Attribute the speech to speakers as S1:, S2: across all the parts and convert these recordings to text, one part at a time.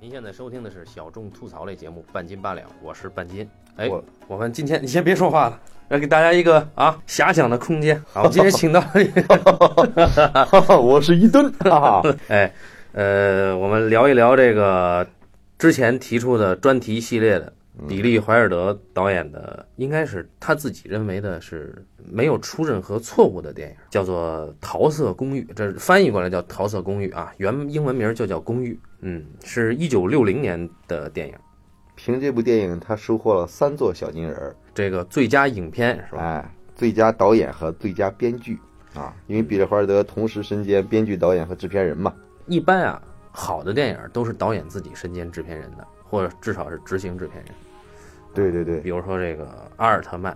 S1: 您现在收听的是小众吐槽类节目《半斤八两》，我是半斤。哎，
S2: 我
S1: 我们今天你先别说话了，要给大家一个啊遐想的空间。啊好，我们今天 请到，
S2: 哈哈，我是一吨，哈哈，
S1: 哎，呃，我们聊一聊这个之前提出的专题系列的比利怀尔德导演的，应该是他自己认为的是没有出任何错误的电影，叫做《桃色公寓》，这翻译过来叫《桃色公寓》啊，原英文名就叫《公寓》。嗯，是一九六零年的电影。
S2: 凭这部电影，他收获了三座小金人儿，
S1: 这个最佳影片是吧？
S2: 哎，最佳导演和最佳编剧啊，因为彼得·华尔德同时身兼编剧、导演和制片人嘛。
S1: 一般啊，好的电影都是导演自己身兼制片人的，或者至少是执行制片人。
S2: 对对对，
S1: 比如说这个阿尔特曼，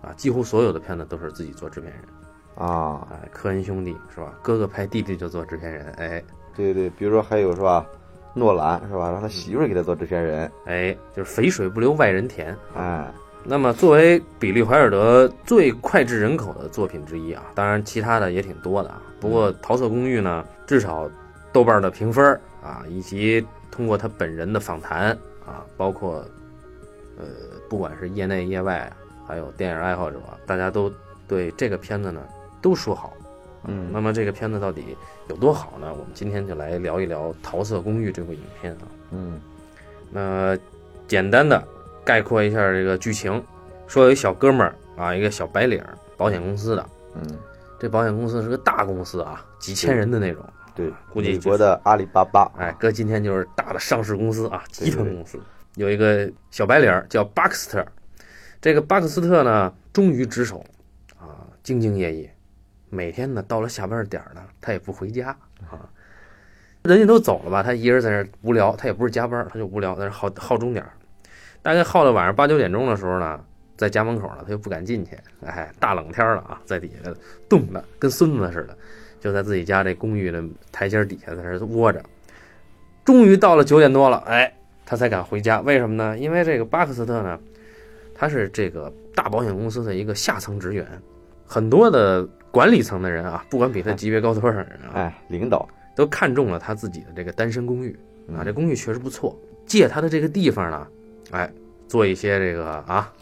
S1: 啊，几乎所有的片子都是自己做制片人。
S2: 啊，
S1: 哎，科恩兄弟是吧？哥哥拍弟弟就做制片人。哎
S2: 对对，比如说还有是吧，诺兰是吧，让他媳妇儿给他做制片人，
S1: 哎，就是肥水不流外人田。
S2: 哎，
S1: 那么作为比利怀尔德最脍炙人口的作品之一啊，当然其他的也挺多的啊。不过《桃色公寓》呢，至少豆瓣的评分儿啊，以及通过他本人的访谈啊，包括呃，不管是业内业外，还有电影爱好者，大家都对这个片子呢都说好。
S2: 嗯
S1: 那么这个片子到底有多好呢？我们今天就来聊一聊《桃色公寓》这部影片啊。
S2: 嗯
S1: 那简单的概括一下这个剧情，说有一小哥们儿啊，一个小白领儿，保险公司的。
S2: 嗯，
S1: 这保险公司是个大公司啊，几千人的那种。
S2: 对，
S1: 估计
S2: 美
S1: 就
S2: 国的阿里巴巴，
S1: 哎，搁今天就是大的上市公司啊，
S2: 对
S1: 集团公司。有一个小白领儿叫巴克斯特，这个巴克斯特呢，忠于职守，啊，兢兢业业，每天呢到了下班点儿呢，他也不回家啊。人家都走了吧，他一人在那儿无聊，他也不是加班儿，他就无聊，在那儿耗耗钟点儿。大概耗到晚上八九点钟的时候呢，在家门口呢，他又不敢进去，哎，大冷天儿了啊，在底下冻的跟孙子似的，就在自己家这公寓的台阶儿底下在那儿窝着。终于到了九点多了，哎，他才敢回家。为什么呢？因为这个巴克斯特呢，他是这个大保险公司的一个下层职员，很多的管理层的人啊，不管比他级别高多少人啊，
S2: 哎，领导，
S1: 都看中了他自己的这个单身公寓啊。这
S2: 嗯
S1: 公寓确实不错，借他的这个地方呢，哎，做一些这个啊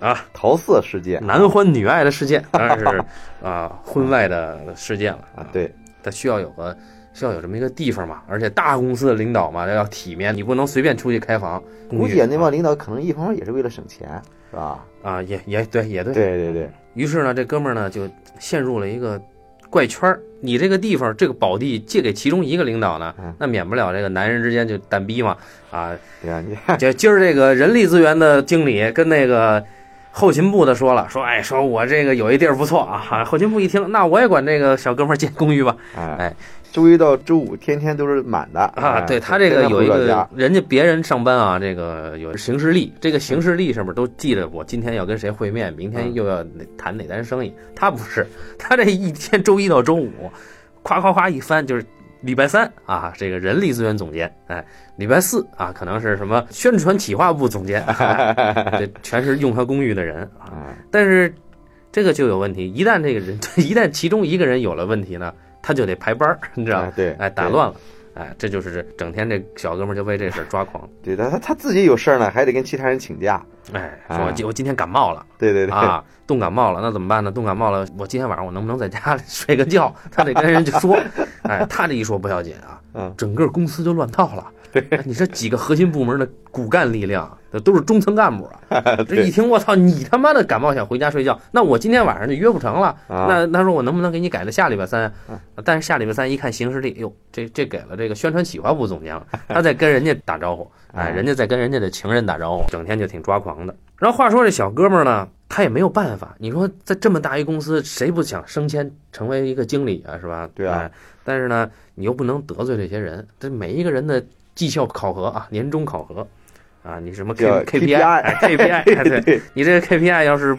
S1: 啊
S2: 桃色事件
S1: 男欢女爱的事件， 当然是啊婚外的事件了
S2: 啊，对，
S1: 他需要有个需要有这么一个地方嘛，而且大公司的领导嘛，要体面，你不能随便出去开房。
S2: 估计啊那帮领导可能一方面也是为了省钱，是吧？
S1: 啊，也也对，也对。
S2: 对对对，
S1: 于是呢，这哥们儿呢就陷入了一个怪圈儿。你这个地方，这个宝地借给其中一个领导呢
S2: 嗯，
S1: 那免不了这个男人之间就蛋逼嘛啊！
S2: 对啊，你
S1: 就今儿这个人力资源的经理跟那个后勤部的说了，说哎，说我这个有一地儿不错啊。后勤部一听，那我也管这个小哥们儿建公寓吧。哎
S2: 哎，周一到周五天天都是满的
S1: 啊，
S2: 哎
S1: 对他这个有一
S2: 天天回不了啊
S1: 个
S2: 家
S1: 人家别人上班啊，这个有行事历，这个行事历上面都记着我今天要跟谁会面，明天
S2: 嗯
S1: 又要哪谈哪单生意。他不是，他这一天周一到周五，夸夸夸一翻就是礼拜三啊，这个人力资源总监，哎，礼拜四啊可能是什么宣传企划部总监， 哎这全是用他公寓的人啊。
S2: 哎，
S1: 但是这个就有问题，一旦这个人 一旦其中一个人有了问题呢，他就得排班儿，你知道吗
S2: 哎？对，
S1: 哎，打
S2: 对，
S1: 乱了，哎，这就是这整天这小哥们儿就为这事儿抓狂，
S2: 对他他他自己有事儿呢，还得跟其他人请假，
S1: 哎，
S2: 哎
S1: 说我今我今天感冒了
S2: 对对对，
S1: 啊，冻感冒了，那怎么办呢？冻感冒了，我今天晚上我能不能在家里 睡个觉？他得跟人家 说，哎，他这一说不要紧啊，
S2: 嗯，
S1: 整个公司就乱套了。对，你这几个核心部门的骨干力量，这都是中层干部啊！这一听我操，你他妈的感冒想回家睡觉，那我今天晚上就约不成了。
S2: 啊
S1: 那他说我能不能给你改到下礼拜三啊
S2: 嗯？
S1: 但是下礼拜三一看行事历，哟，这这给了这个宣传企划部总监了，他在跟人家打招 呼，哎，
S2: 嗯
S1: 人家在跟人家的情人打招呼，整天就挺抓狂的。然后话说这小哥们儿呢，他也没有办法，你说在这么大一公司，谁不想升迁成为一个经理啊，是吧？
S2: 对啊
S1: 哎但是呢，你又不能得罪这些人，这每一个人的绩效考核啊，年终考核啊，你什么 K
S2: 叫
S1: KPI 哎 KPI，哎对
S2: 对，
S1: 你这个 KPI 要是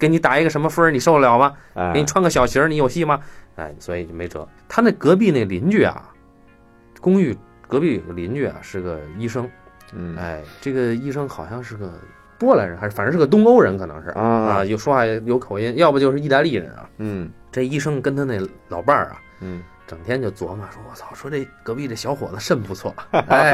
S1: 给你打一个什么分儿，你受得了吗？
S2: 哎
S1: 给你穿个小鞋儿，你有戏吗？哎，所以就没辙。他那隔壁那邻居啊，公寓隔壁有个邻居啊是个医生，
S2: 嗯
S1: 哎，这个医生好像是个波兰人，还是反正是个东欧人，可能是啊，
S2: 啊
S1: 有说话有口音，要不就是意大利人啊。
S2: 嗯
S1: 这医生跟他那老伴儿啊，
S2: 嗯
S1: 整天就琢磨说：“我操，说这隔壁这小伙子肾不错，哎，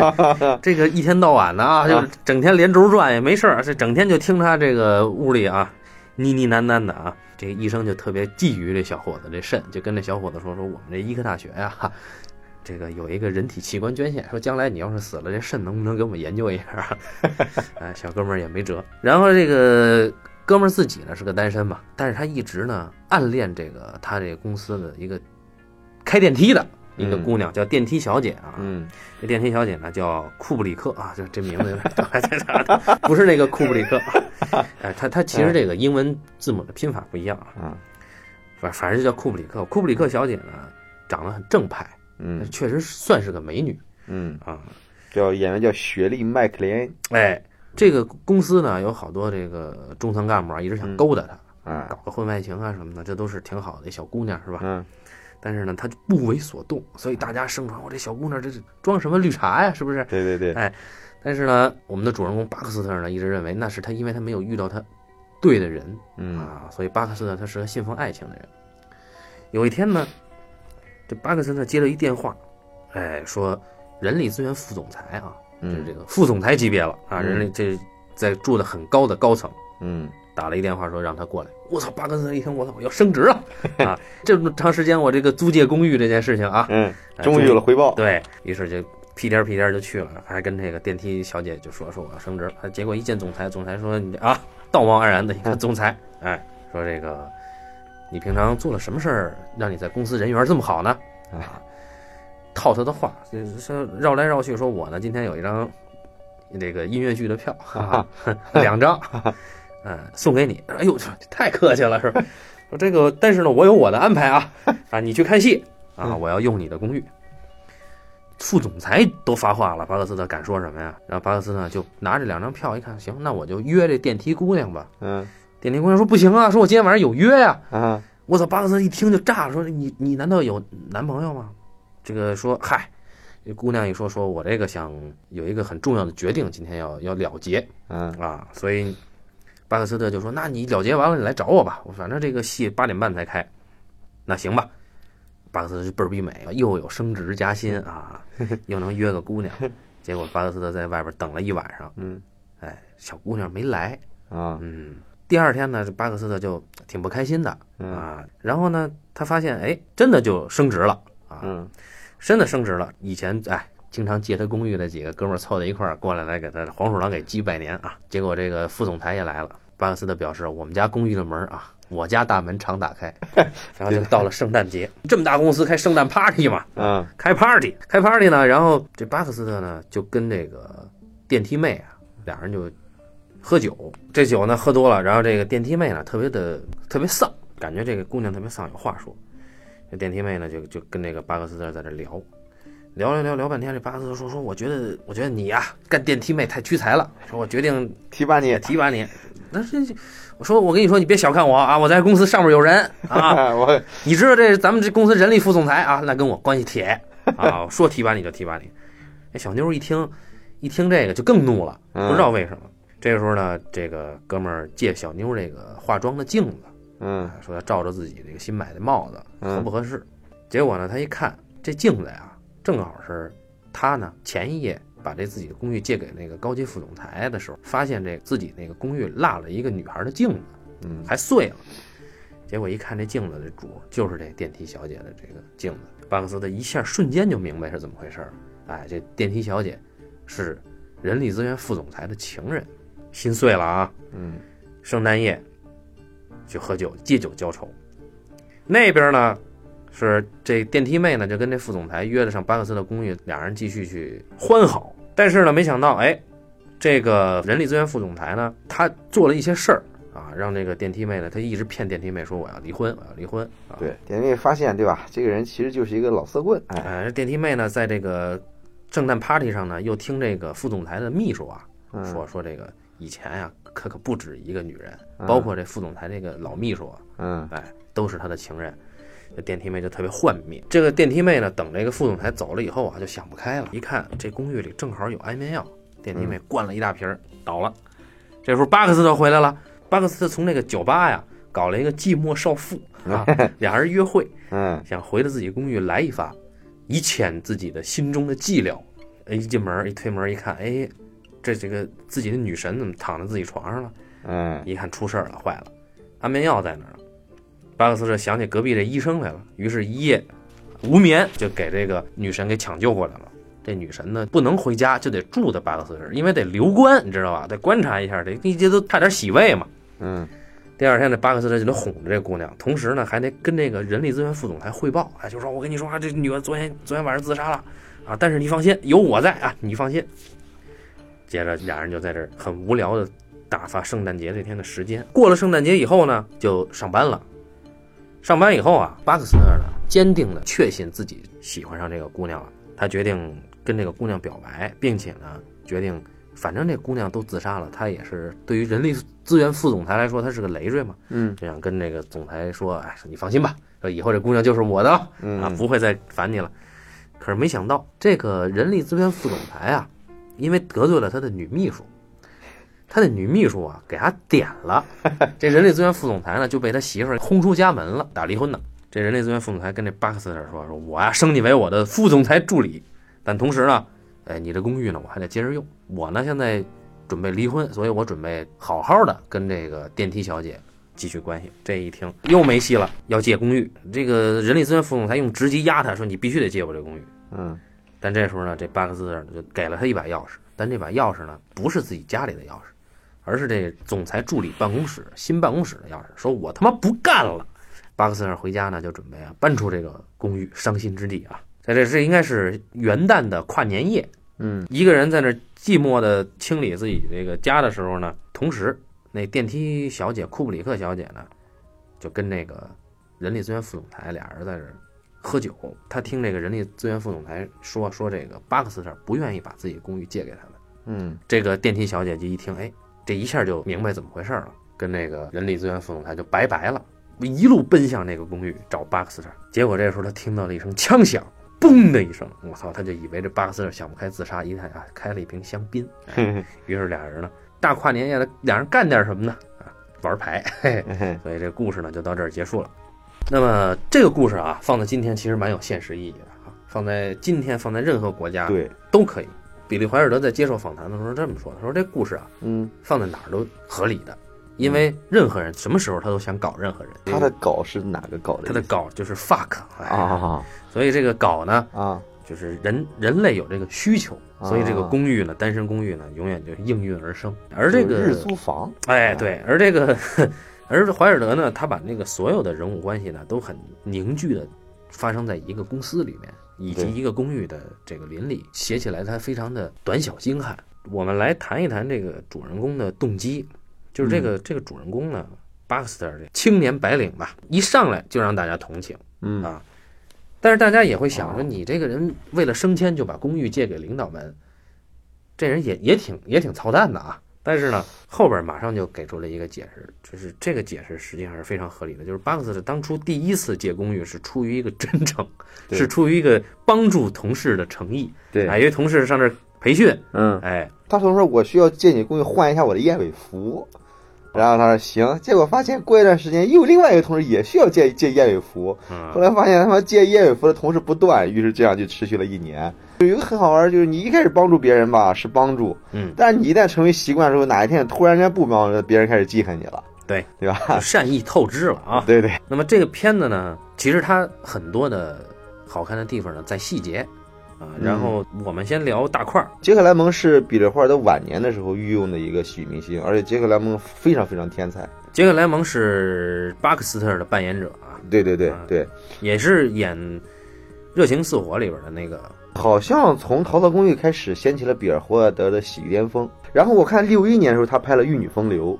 S1: 这个一天到晚的啊，就整天连轴转也没事儿，这整天就听他这个屋里啊呢呢喃喃的啊。”这个医生就特别觊觎这小伙子这肾，就跟这小伙子说：“说我们这医科大学呀、 哈这个有一个人体器官捐献，说将来你要是死了，这肾能不能给我们研究一下啊？”哎，小哥们儿也没辙。然后这个哥们儿自己呢是个单身嘛，但是他一直呢暗恋这个他这个公司的一个开电梯的一个
S2: 嗯
S1: 姑娘，叫电梯小姐啊。
S2: 嗯，
S1: 这电梯小姐呢叫库布里克 啊，就这名字有点不是那个库布里克， 哎，他他其实这个英文字母的拼法不一样啊，
S2: 啊，
S1: 反反正就叫库布里克。库布里克小姐呢长得很正派，
S2: 嗯
S1: 确实算是个美女
S2: 嗯，
S1: 啊。
S2: 叫演员叫雪莉麦克连
S1: 哎，这个公司呢有好多这个中层干部啊，一直想勾搭她，
S2: 啊，
S1: 搞个婚外情啊什么的，这都是挺好的小姑娘是吧？
S2: 嗯
S1: 但是呢，她就不为所动，所以大家盛传我这小姑娘这是装什么绿茶呀，是不是？
S2: 对对
S1: 哎
S2: 对，
S1: 但是呢，我们的主人公巴克斯特呢，一直认为那是他，因为他没有遇到他对的人
S2: 嗯
S1: 啊，所以巴克斯特他是个信奉爱情的人。有一天呢，这巴克斯特接了一电话，哎，说人力资源副总裁啊，就是这
S2: 嗯
S1: 个副总裁级别了啊，
S2: 嗯
S1: 人力这在住的很高的高层，
S2: 嗯
S1: 打了一电话说让他过来。我操，巴克斯特一听，我操，我要升职 了啊！这么长时间我这个租借公寓这件事情啊，
S2: 嗯，
S1: 哎
S2: 终于有了回报，
S1: 对于是就屁颠儿屁颠儿就去了，还跟这个电梯小姐就说说我要升职，啊结果一见总裁，总裁说你啊，道貌岸然的一个总裁，哎，说这个你平常做了什么事儿，让你在公司人缘这么好呢？啊，套他的话，就是绕来绕去，说我呢今天有一张那个音乐剧的票，啊、两张，嗯，送给你。哎呦，这太客气了，是吧？说这个，但是呢，我有我的安排啊，啊，你去看戏啊，我要用你的公寓。副总裁都发话了，巴克斯特敢说什么呀？然后巴克斯特就拿着两张票一看，行，那我就约这电梯姑娘吧。
S2: 嗯
S1: 电梯姑娘说不行啊，说我今天晚上有约呀、
S2: 啊，
S1: 我操！巴克斯一听就炸了，说你你难道有男朋友吗？这个说嗨，这姑娘一说说我这个想有一个很重要的决定，今天要要了结
S2: 嗯
S1: 啊，所以巴克斯特就说那你了结完了你来找我吧，我反正这个戏八点半才开，那行吧。巴克斯特就倍儿逼美，又有升职加薪啊，又能约个姑娘。结果巴克斯特在外边等了一晚上，
S2: 嗯
S1: 哎，小姑娘没来，
S2: 啊，
S1: 嗯，第二天呢，这巴克斯特就挺不开心的
S2: 嗯
S1: 啊。然后呢，他发现哎，真的就升职了啊，
S2: 嗯
S1: 真的升职了。以前哎，经常借他公寓的几个哥们儿凑在一块儿过来来给他黄鼠狼给鸡拜年啊。结果这个副总裁也来了，巴克斯特表示我们家公寓的门儿啊，我家大门常打开。然后就到了圣诞节，这么大公司开圣诞 party 嘛，
S2: 啊
S1: 开 party，开 party 呢，然后这巴克斯特呢就跟这个电梯妹啊，俩人就喝酒，这酒呢喝多了，然后这个电梯妹呢特别的特别丧，感觉这个姑娘特别丧，有话说。这电梯妹呢就就跟这个巴克斯特在这聊，聊聊聊聊半天，这巴克斯特说说，我觉得我觉得你呀、干电梯妹太屈才了，说我决定
S2: 提拔你
S1: 也，提拔你。那这这我说我跟你说，你别小看我啊，我在公司上面有人啊。
S2: 我
S1: 你知道这咱们这公司人力副总裁啊，那跟我关系 铁啊，说提拔你就提拔你。那小妞儿一听，一听这个就更怒了，
S2: 嗯
S1: 不知道为什么。这个时候呢，这个哥们儿借小妞儿这个化妆的镜子，
S2: 嗯
S1: 说要照照自己这个新买的帽子
S2: 嗯
S1: 合不合适。结果呢，他一看这镜子呀，正好是他呢前一夜把这自己的公寓借给那个高级副总裁的时候，发现这自己那个公寓落了一个女孩的镜子。
S2: 嗯
S1: 还碎了。结果一看这镜子的主就是这电梯小姐的这个镜子，巴克斯特一下瞬间就明白是怎么回事儿了。哎，这电梯小姐是人力资源副总裁的情人，心碎了啊！
S2: 嗯
S1: 圣诞夜去喝酒，借酒浇愁。那边呢是这电梯妹呢就跟这副总裁约得上巴克斯特公寓，俩人继续去欢好。但是呢，没想到哎，这个人力资源副总裁呢，他做了一些事儿啊，让这个电梯妹呢，他一直骗电梯妹说我要离婚，我要离婚啊。
S2: 对，点妹发现对吧？这个人其实就是一个老色棍，哎，
S1: 哎，这电梯妹呢，在这个圣诞 party 上呢，又听这个副总裁的秘书啊
S2: 嗯
S1: 说说这个以前呀、可可不止一个女人，
S2: 嗯
S1: 包括这副总裁这个老秘书啊，
S2: 嗯
S1: 哎，都是他的情人。这电梯妹就特别幻灭。这个电梯妹呢，等这个副总裁走了以后啊，就想不开了。一看这公寓里正好有安眠药，电梯妹灌了一大瓶儿，倒了。这时候巴克斯特回来了，巴克斯特从那个酒吧呀搞了一个寂寞少妇，啊，俩人约会，
S2: 嗯，
S1: 想回到自己公寓来一发，以遣自己的心中的寂寥。哎一进门一推门一看，哎，这这个自己的女神怎么躺在自己床上了？
S2: 嗯，
S1: 一看出事儿了，坏了，安眠药在那儿了。巴克斯特想起隔壁这医生来了，于是一夜无眠，就给这个女神给抢救过来了。这女神呢，不能回家，就得住在巴克斯特，因为得留观，你知道吧？得观察一下，得一直都差点洗胃嘛。
S2: 嗯，
S1: 第二天，这巴克斯特就得哄着这姑娘，同时呢，还得跟这个人力资源副总裁汇报，哎，就说我跟你说啊，这女的昨天昨天晚上自杀了啊，但是你放心，有我在啊，你放心。接着，俩人就在这儿很无聊的打发圣诞节这天的时间。过了圣诞节以后呢，就上班了。上班以后啊，巴克斯特呢，坚定的确信自己喜欢上这个姑娘了，他决定跟这个姑娘表白，并且呢，决定反正这姑娘都自杀了，她也是对于人力资源副总裁来说，她是个累赘嘛，
S2: 嗯，
S1: 就想跟这个总裁说，哎，你放心吧，说以后这姑娘就是我的了，
S2: 嗯
S1: 啊，不会再烦你了。可是没想到，这个人力资源副总裁啊，因为得罪了他的女秘书，他的女秘书啊给他点了，这人力资源副总裁呢就被他媳妇儿轰出家门了，打离婚呢。这人力资源副总裁跟这巴克斯特说：“说我呀、升你为我的副总裁助理，但同时呢，哎，你这公寓呢我还得接着用，我呢现在准备离婚，所以我准备好好的跟这个电梯小姐继续关系。这一听又没戏了，要借公寓。这个人力资源副总裁用职级压他，说你必须得借我这公寓。
S2: 嗯，
S1: 但这时候呢，这巴克斯特就给了他一把钥匙，但这把钥匙呢不是自己家里的钥匙，而是这总裁助理办公室新办公室的钥匙。说我他妈不干了！巴克斯特回家呢就准备啊搬出这个公寓，伤心之地啊。在这这应该是元旦的跨年夜，
S2: 嗯，
S1: 一个人在那儿寂寞的清理自己这个家的时候呢，同时那电梯小姐库布里克小姐呢，就跟那个人力资源副总裁俩人在这儿喝酒，他听这个人力资源副总裁说说这个巴克斯特不愿意把自己公寓借给他们。
S2: 嗯，
S1: 这个电梯小姐就一听，哎，这一下就明白怎么回事了，跟那个人力资源副总裁就拜拜了，一路奔向那个公寓找巴克斯特。结果这时候他听到了一声枪响，嘣的一声，我操！他就以为这巴克斯特想不开自杀，一看啊，开了一瓶香槟。
S2: 嘿
S1: 于是俩人呢，大跨年夜的，俩人干点什么呢？啊，玩牌。嘿嘿
S2: 嘿，
S1: 所以这故事呢就到这儿结束了。那么这个故事啊，放在今天其实蛮有现实意义的啊，放在今天，放在任何国家
S2: 对，
S1: 都可以。比利怀尔德在接受访谈的时候这么说：“他说这故事啊，
S2: 嗯，
S1: 放在哪儿都合理的，因为任何人什么时候他都想搞任何人。
S2: 他的搞是哪个搞的
S1: 他
S2: 意
S1: 的
S2: 思？
S1: 搞就是 fuck，、哎、
S2: 啊
S1: 所以这个搞呢，
S2: 啊，
S1: 就是人人类有这个需求，
S2: 啊
S1: 所以这个公寓呢，单身公寓呢，永远就应运而生。而这
S2: 就是日
S1: 个，
S2: 租房，
S1: 哎，对，而这个，而怀尔德呢，他把那个所有的人物关系呢，都很凝聚的发生在一个公司里面，以及
S2: 对
S1: 一个公寓的这个邻里，写起来它非常的短小精悍。我们来谈一谈这个主人公的动机，就是这个、这个主人公呢，巴克斯特这青年白领吧，一上来就让大家同情。
S2: 嗯
S1: 啊。但是大家也会想说，你这个人为了升迁就把公寓借给领导们，这人也也挺也挺操蛋的啊。但是呢，后边马上就给出了一个解释，就是这个解释实际上是非常合理的。就是巴克斯特当初第一次借公寓是出于一个真诚，
S2: 对
S1: 是出于一个帮助同事的诚意。
S2: 对
S1: 哎，因为同事上这儿培训，
S2: 嗯，
S1: 哎，
S2: 他说说我需要借你公寓换一下我的燕尾服，然后他说行，结果发现过一段时间又有另外一个同事也需要借借燕尾服，后
S1: 嗯，
S2: 来发现他妈借燕尾服的同事不断，于是这样就持续了一年。有一个很好玩儿，就是你一开始帮助别人吧是帮助，
S1: 嗯，
S2: 但是你一旦成为习惯之后，哪一天突然间不帮助，别人开始记恨你了，
S1: 对
S2: 对吧？
S1: 善意透支了啊。
S2: 对对，
S1: 那么这个片子呢，其实它很多的好看的地方呢，在细节啊。然后
S2: 嗯
S1: 我们先聊大块儿，
S2: 杰克莱蒙是彼得霍尔德晚年的时候御用的一个喜剧明星，而且杰克莱蒙非常非常天才。
S1: 杰克·莱蒙是巴克斯特的扮演者啊，
S2: 对对对
S1: 啊
S2: 对，
S1: 也是演《热情似火》里边的那个，
S2: 好像从《逃脱公寓》开始掀起了比尔霍尔德的喜剧巅峰。然后我看六一年的时候，他拍了《玉女风流》，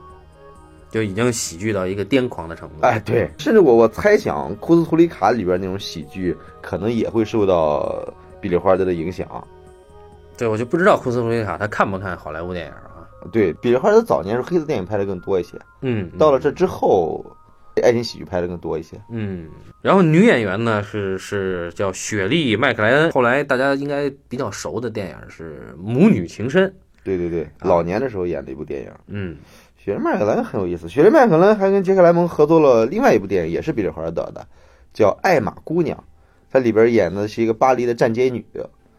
S1: 就已经喜剧到一个癫狂的程度。
S2: 哎，对，甚至我我猜想《库斯图里卡》里边那种喜剧，可能也会受到比利·华尔德的影响。
S1: 对，我就不知道库斯图里卡他看不看好莱坞电影啊？
S2: 对，比利·华尔德早年时候黑色电影拍的更多一些，
S1: 嗯，
S2: 到了这之后，爱情喜剧拍的更多一些。
S1: 嗯，然后女演员呢是是叫雪莉·麦克莱恩，后来大家应该比较熟的电影是《母女情深》。
S2: 对对对，老年的时候演的一部电影，
S1: 嗯，
S2: 雪人麦克兰很有意思，雪人麦克兰还跟杰克莱蒙合作了另外一部电影，也是彼得·怀尔导的，叫《爱玛姑娘》，它里边演的是一个巴黎的站街女。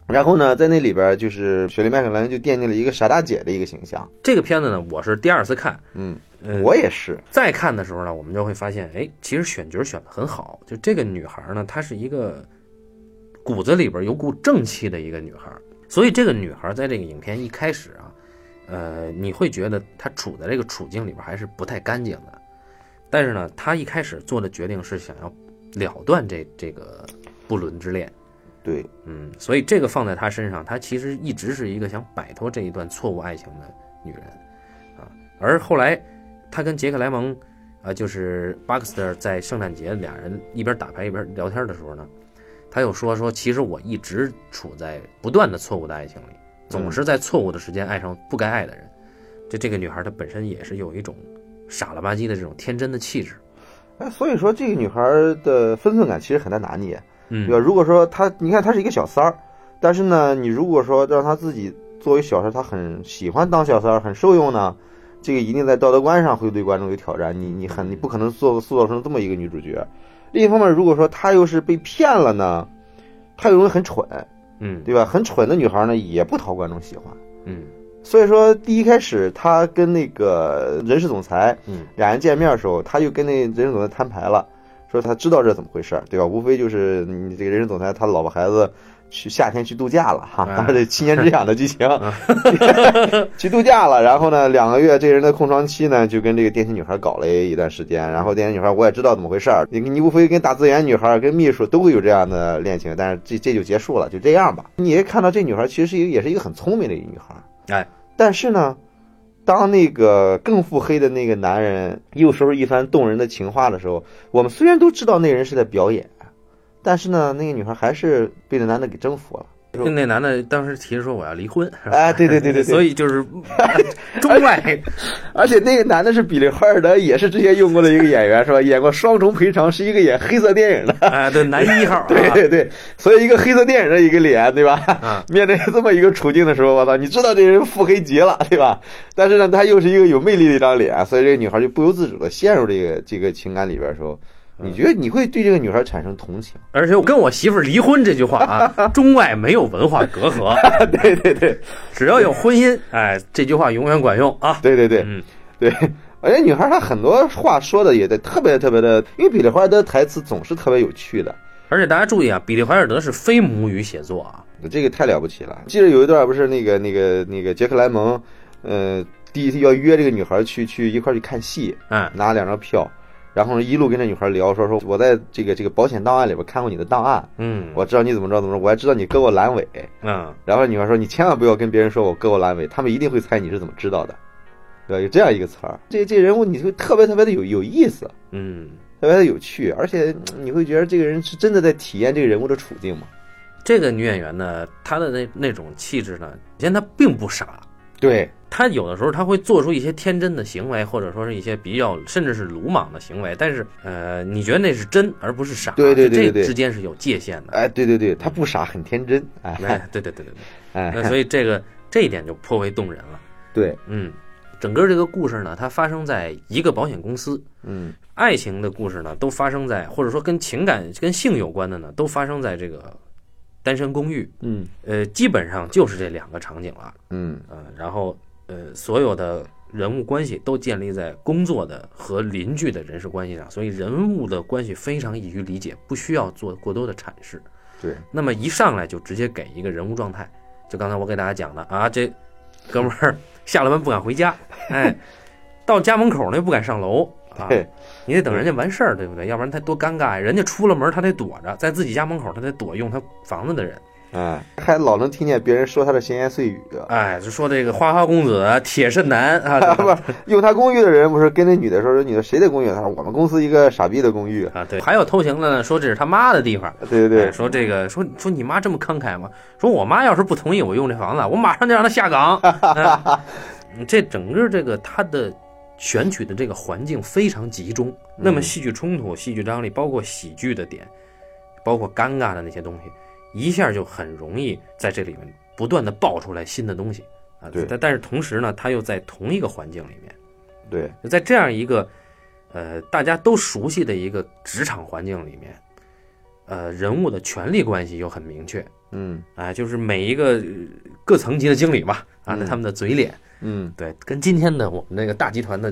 S2: 然后呢，在那里边就是雪莉麦克兰就奠定了一个傻大姐的一个形象。
S1: 这个片子呢，我是第二次看，
S2: 嗯，
S1: 呃，
S2: 我也是，
S1: 再看的时候呢，我们就会发现，哎，其实选角选的很好。就这个女孩呢，她是一个骨子里边有股正气的一个女孩，所以这个女孩在这个影片一开始啊，呃，你会觉得她处在这个处境里边还是不太干净的。但是呢，她一开始做的决定是想要了断这这个不伦之恋，
S2: 对，
S1: 嗯，所以这个放在她身上，她其实一直是一个想摆脱这一段错误爱情的女人啊。而后来，她跟杰克莱蒙，啊，就是巴克斯特在圣诞节俩人一边打牌一边聊天的时候呢，他又说说，其实我一直处在不断的错误的爱情里，总是在错误的时间爱上不该爱的人。这这个女孩她本身也是有一种傻了吧唧的这种天真的气质，
S2: 哎，所以说这个女孩的分寸感其实很难拿捏，
S1: 嗯
S2: 对吧？如果说她，你看她是一个小三儿，但是呢，你如果说让她自己作为小三儿，她很喜欢当小三儿，很受用呢，这个一定在道德观上会对观众有挑战。你你很你不可能塑塑造成这么一个女主角。另一方面，如果说她又是被骗了呢，她又容易很蠢，
S1: 嗯
S2: 对吧？很蠢的女孩呢，也不讨观众喜欢。
S1: 嗯
S2: 所以说，第一开始她跟那个人事总裁
S1: 嗯
S2: 俩人见面的时候，他就跟那人事总裁摊牌了，说他知道这怎么回事儿，对吧？无非就是你这个人事总裁他老婆孩子去夏天去度假了哈，
S1: 哎
S2: 当然这七年之痒的剧情， 去度假了。然后呢，两个月这人的空窗期呢，就跟这个电梯女孩搞了一段时间。然后电梯女孩我也知道怎么回事儿，你你无非跟打字员女孩、跟秘书都会有这样的恋情，但是这这就结束了，就这样吧。你也看到这女孩其实是一个也是一个很聪明的一个女孩，
S1: 哎，
S2: 但是呢。当那个更腹黑的那个男人又说出一番动人的情话的时候，我们虽然都知道那人是在表演，但是呢，那个女孩还是被那男的给征服了。
S1: 跟那男的当时提着说我要离婚，是吧
S2: 哎，对对对对对，
S1: 所以就是 中外
S2: 而且那个男的是比利·怀尔德，也是之前用过的一个演员，是吧？演过《双重赔偿》，是一个演黑色电影的。
S1: 啊，对男一号啊，
S2: 对对对，所以一个黑色电影的一个脸，对吧？
S1: 啊，
S2: 面对这么一个处境的时候，我操，你知道这人腹黑极了，对吧？但是呢，他又是一个有魅力的一张脸，所以这个女孩就不由自主的陷入这个这个情感里边的时候，
S1: 嗯
S2: 你觉得你会对这个女孩产生同情？
S1: 而且我跟我媳妇儿离婚这句话啊， 中外没有文化隔阂，
S2: 对对对
S1: 只要有婚姻，哎，这句话永远管用啊。
S2: 对对对，
S1: 嗯
S2: 对， 而且女孩她很多话说的也得特别特别的，因为比利·怀尔德台词总是特别有趣的。
S1: 而且大家注意啊，比利怀尔德是非母语写作啊，
S2: 这个太了不起了。记得有一段不是那个那个那个杰克莱蒙，呃，第一次要约这个女孩去去一块儿去看戏，
S1: 嗯
S2: 拿了两张票，然后一路跟这女孩聊，说说我在这个这个保险档案里边看过你的档案，
S1: 嗯
S2: 我知道你怎么着怎么着，我还知道你割过阑尾。
S1: 嗯，
S2: 然后女孩说你千万不要跟别人说我割过阑尾，他们一定会猜你是怎么知道的，对吧？有这样一个词儿，这这人物你就特别特别的有有意思，
S1: 嗯，
S2: 特别的有趣，而且嗯你会觉得这个人是真的在体验这个人物的处境嘛？
S1: 这个女演员呢，她的那那种气质呢，首先她并不傻，
S2: 对，
S1: 她有的时候她会做出一些天真的行为，或者说是一些比较甚至是鲁莽的行为，但是呃，你觉得那是真而不是傻，
S2: 对对对对
S1: 这
S2: 对
S1: 之间是有界限的。
S2: 哎，对对对，他不傻，很天真，哎
S1: 哎，对对对对对，那
S2: 哎，
S1: 所以这个这一点就颇为动人了。
S2: 对，
S1: 嗯，整个这个故事呢，它发生在一个保险公司，
S2: 嗯，
S1: 爱情的故事呢，都发生在或者说跟情感、跟性有关的呢，都发生在这个单身公寓。
S2: 嗯
S1: 呃，基本上就是这两个场景了。
S2: 嗯，
S1: 呃，然后呃，所有的人物关系都建立在工作的和邻居的人事关系上，所以人物的关系非常易于理解，不需要做过多的阐释。
S2: 对，
S1: 那么一上来就直接给一个人物状态，就刚才我给大家讲的啊，这哥们儿 下了班不敢回家，哎，到家门口呢又不敢上楼啊，
S2: 对
S1: 你得等人家完事儿，对不对？要不然他多尴尬呀！人家出了门他得躲着，在自己家门口他得躲用他房子的人，
S2: 哎，还老能听见别人说他的闲言碎语。
S1: 哎，就说这个花花公子铁肾男啊，
S2: 啊
S1: 对吧
S2: 不是，用他公寓的人不是跟那女的说，说女的谁的公寓？他说我们公司一个傻逼的公寓。
S1: 啊，对，还有偷情的呢，说这是他妈的地方。
S2: 对对
S1: 哎
S2: 对，
S1: 说这个，说说你妈这么慷慨吗？说我妈要是不同意我用这房子，我马上就让她下岗。 哎这整个这个他的选取的这个环境非常集中，
S2: 嗯
S1: 那么戏剧冲突、戏剧张力，包括喜剧的点，包括尴尬的那些东西，一下就很容易在这里面不断的爆出来新的东西啊
S2: 对。
S1: 但但是同时呢，他又在同一个环境里面，
S2: 对，
S1: 就在这样一个呃大家都熟悉的一个职场环境里面，呃，人物的权力关系又很明确
S2: 嗯
S1: 啊，就是每一个呃各层级的经理吧，啊，
S2: 嗯
S1: 他们的嘴脸，
S2: 嗯
S1: 对，跟今天的我们那个大集团的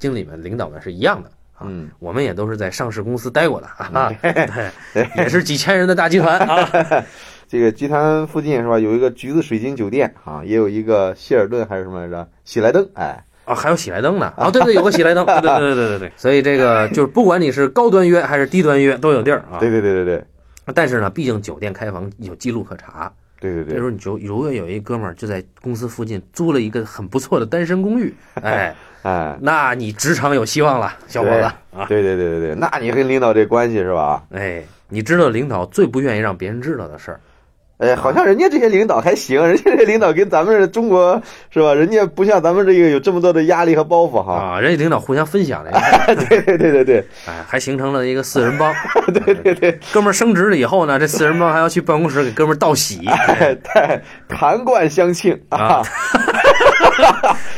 S1: 经理们、领导们是一样的。啊
S2: 嗯，
S1: 我们也都是在上市公司待过的啊， 对，也是几千人的大集团 啊，
S2: 这个集团附近是吧？有一个橘子水晶酒店啊，也有一个希尔顿还是什么来着？喜来登，哎，
S1: 啊，还有喜来登 呢，啊，对对，有个喜来登，对对 对对对对，所以这个就是不管你是高端约还是低端约都有地儿啊
S2: 对。对对对对
S1: 但是呢，毕竟酒店开房有记录可查，
S2: 对对
S1: 这时
S2: 对，
S1: 候你就如果有一哥们儿就在公司附近租了一个很不错的单身公寓，哎，
S2: 哎，
S1: 那你职场有希望了，小伙子啊，
S2: 对对对对对，那你跟领导这关系是吧？
S1: 哎，你知道领导最不愿意让别人知道的事儿，
S2: 哎，好像人家这些领导还行，人家这些领导跟咱们中国是吧？人家不像咱们这个有这么多的压力和包袱哈。
S1: 啊，人家领导互相分享了，
S2: 对对对对对，
S1: 哎，还形成了一个四人帮。对对对，哥们儿升职了以后呢，这四人帮还要去办公室给哥们儿道喜。
S2: 哎，太痰罐相庆啊！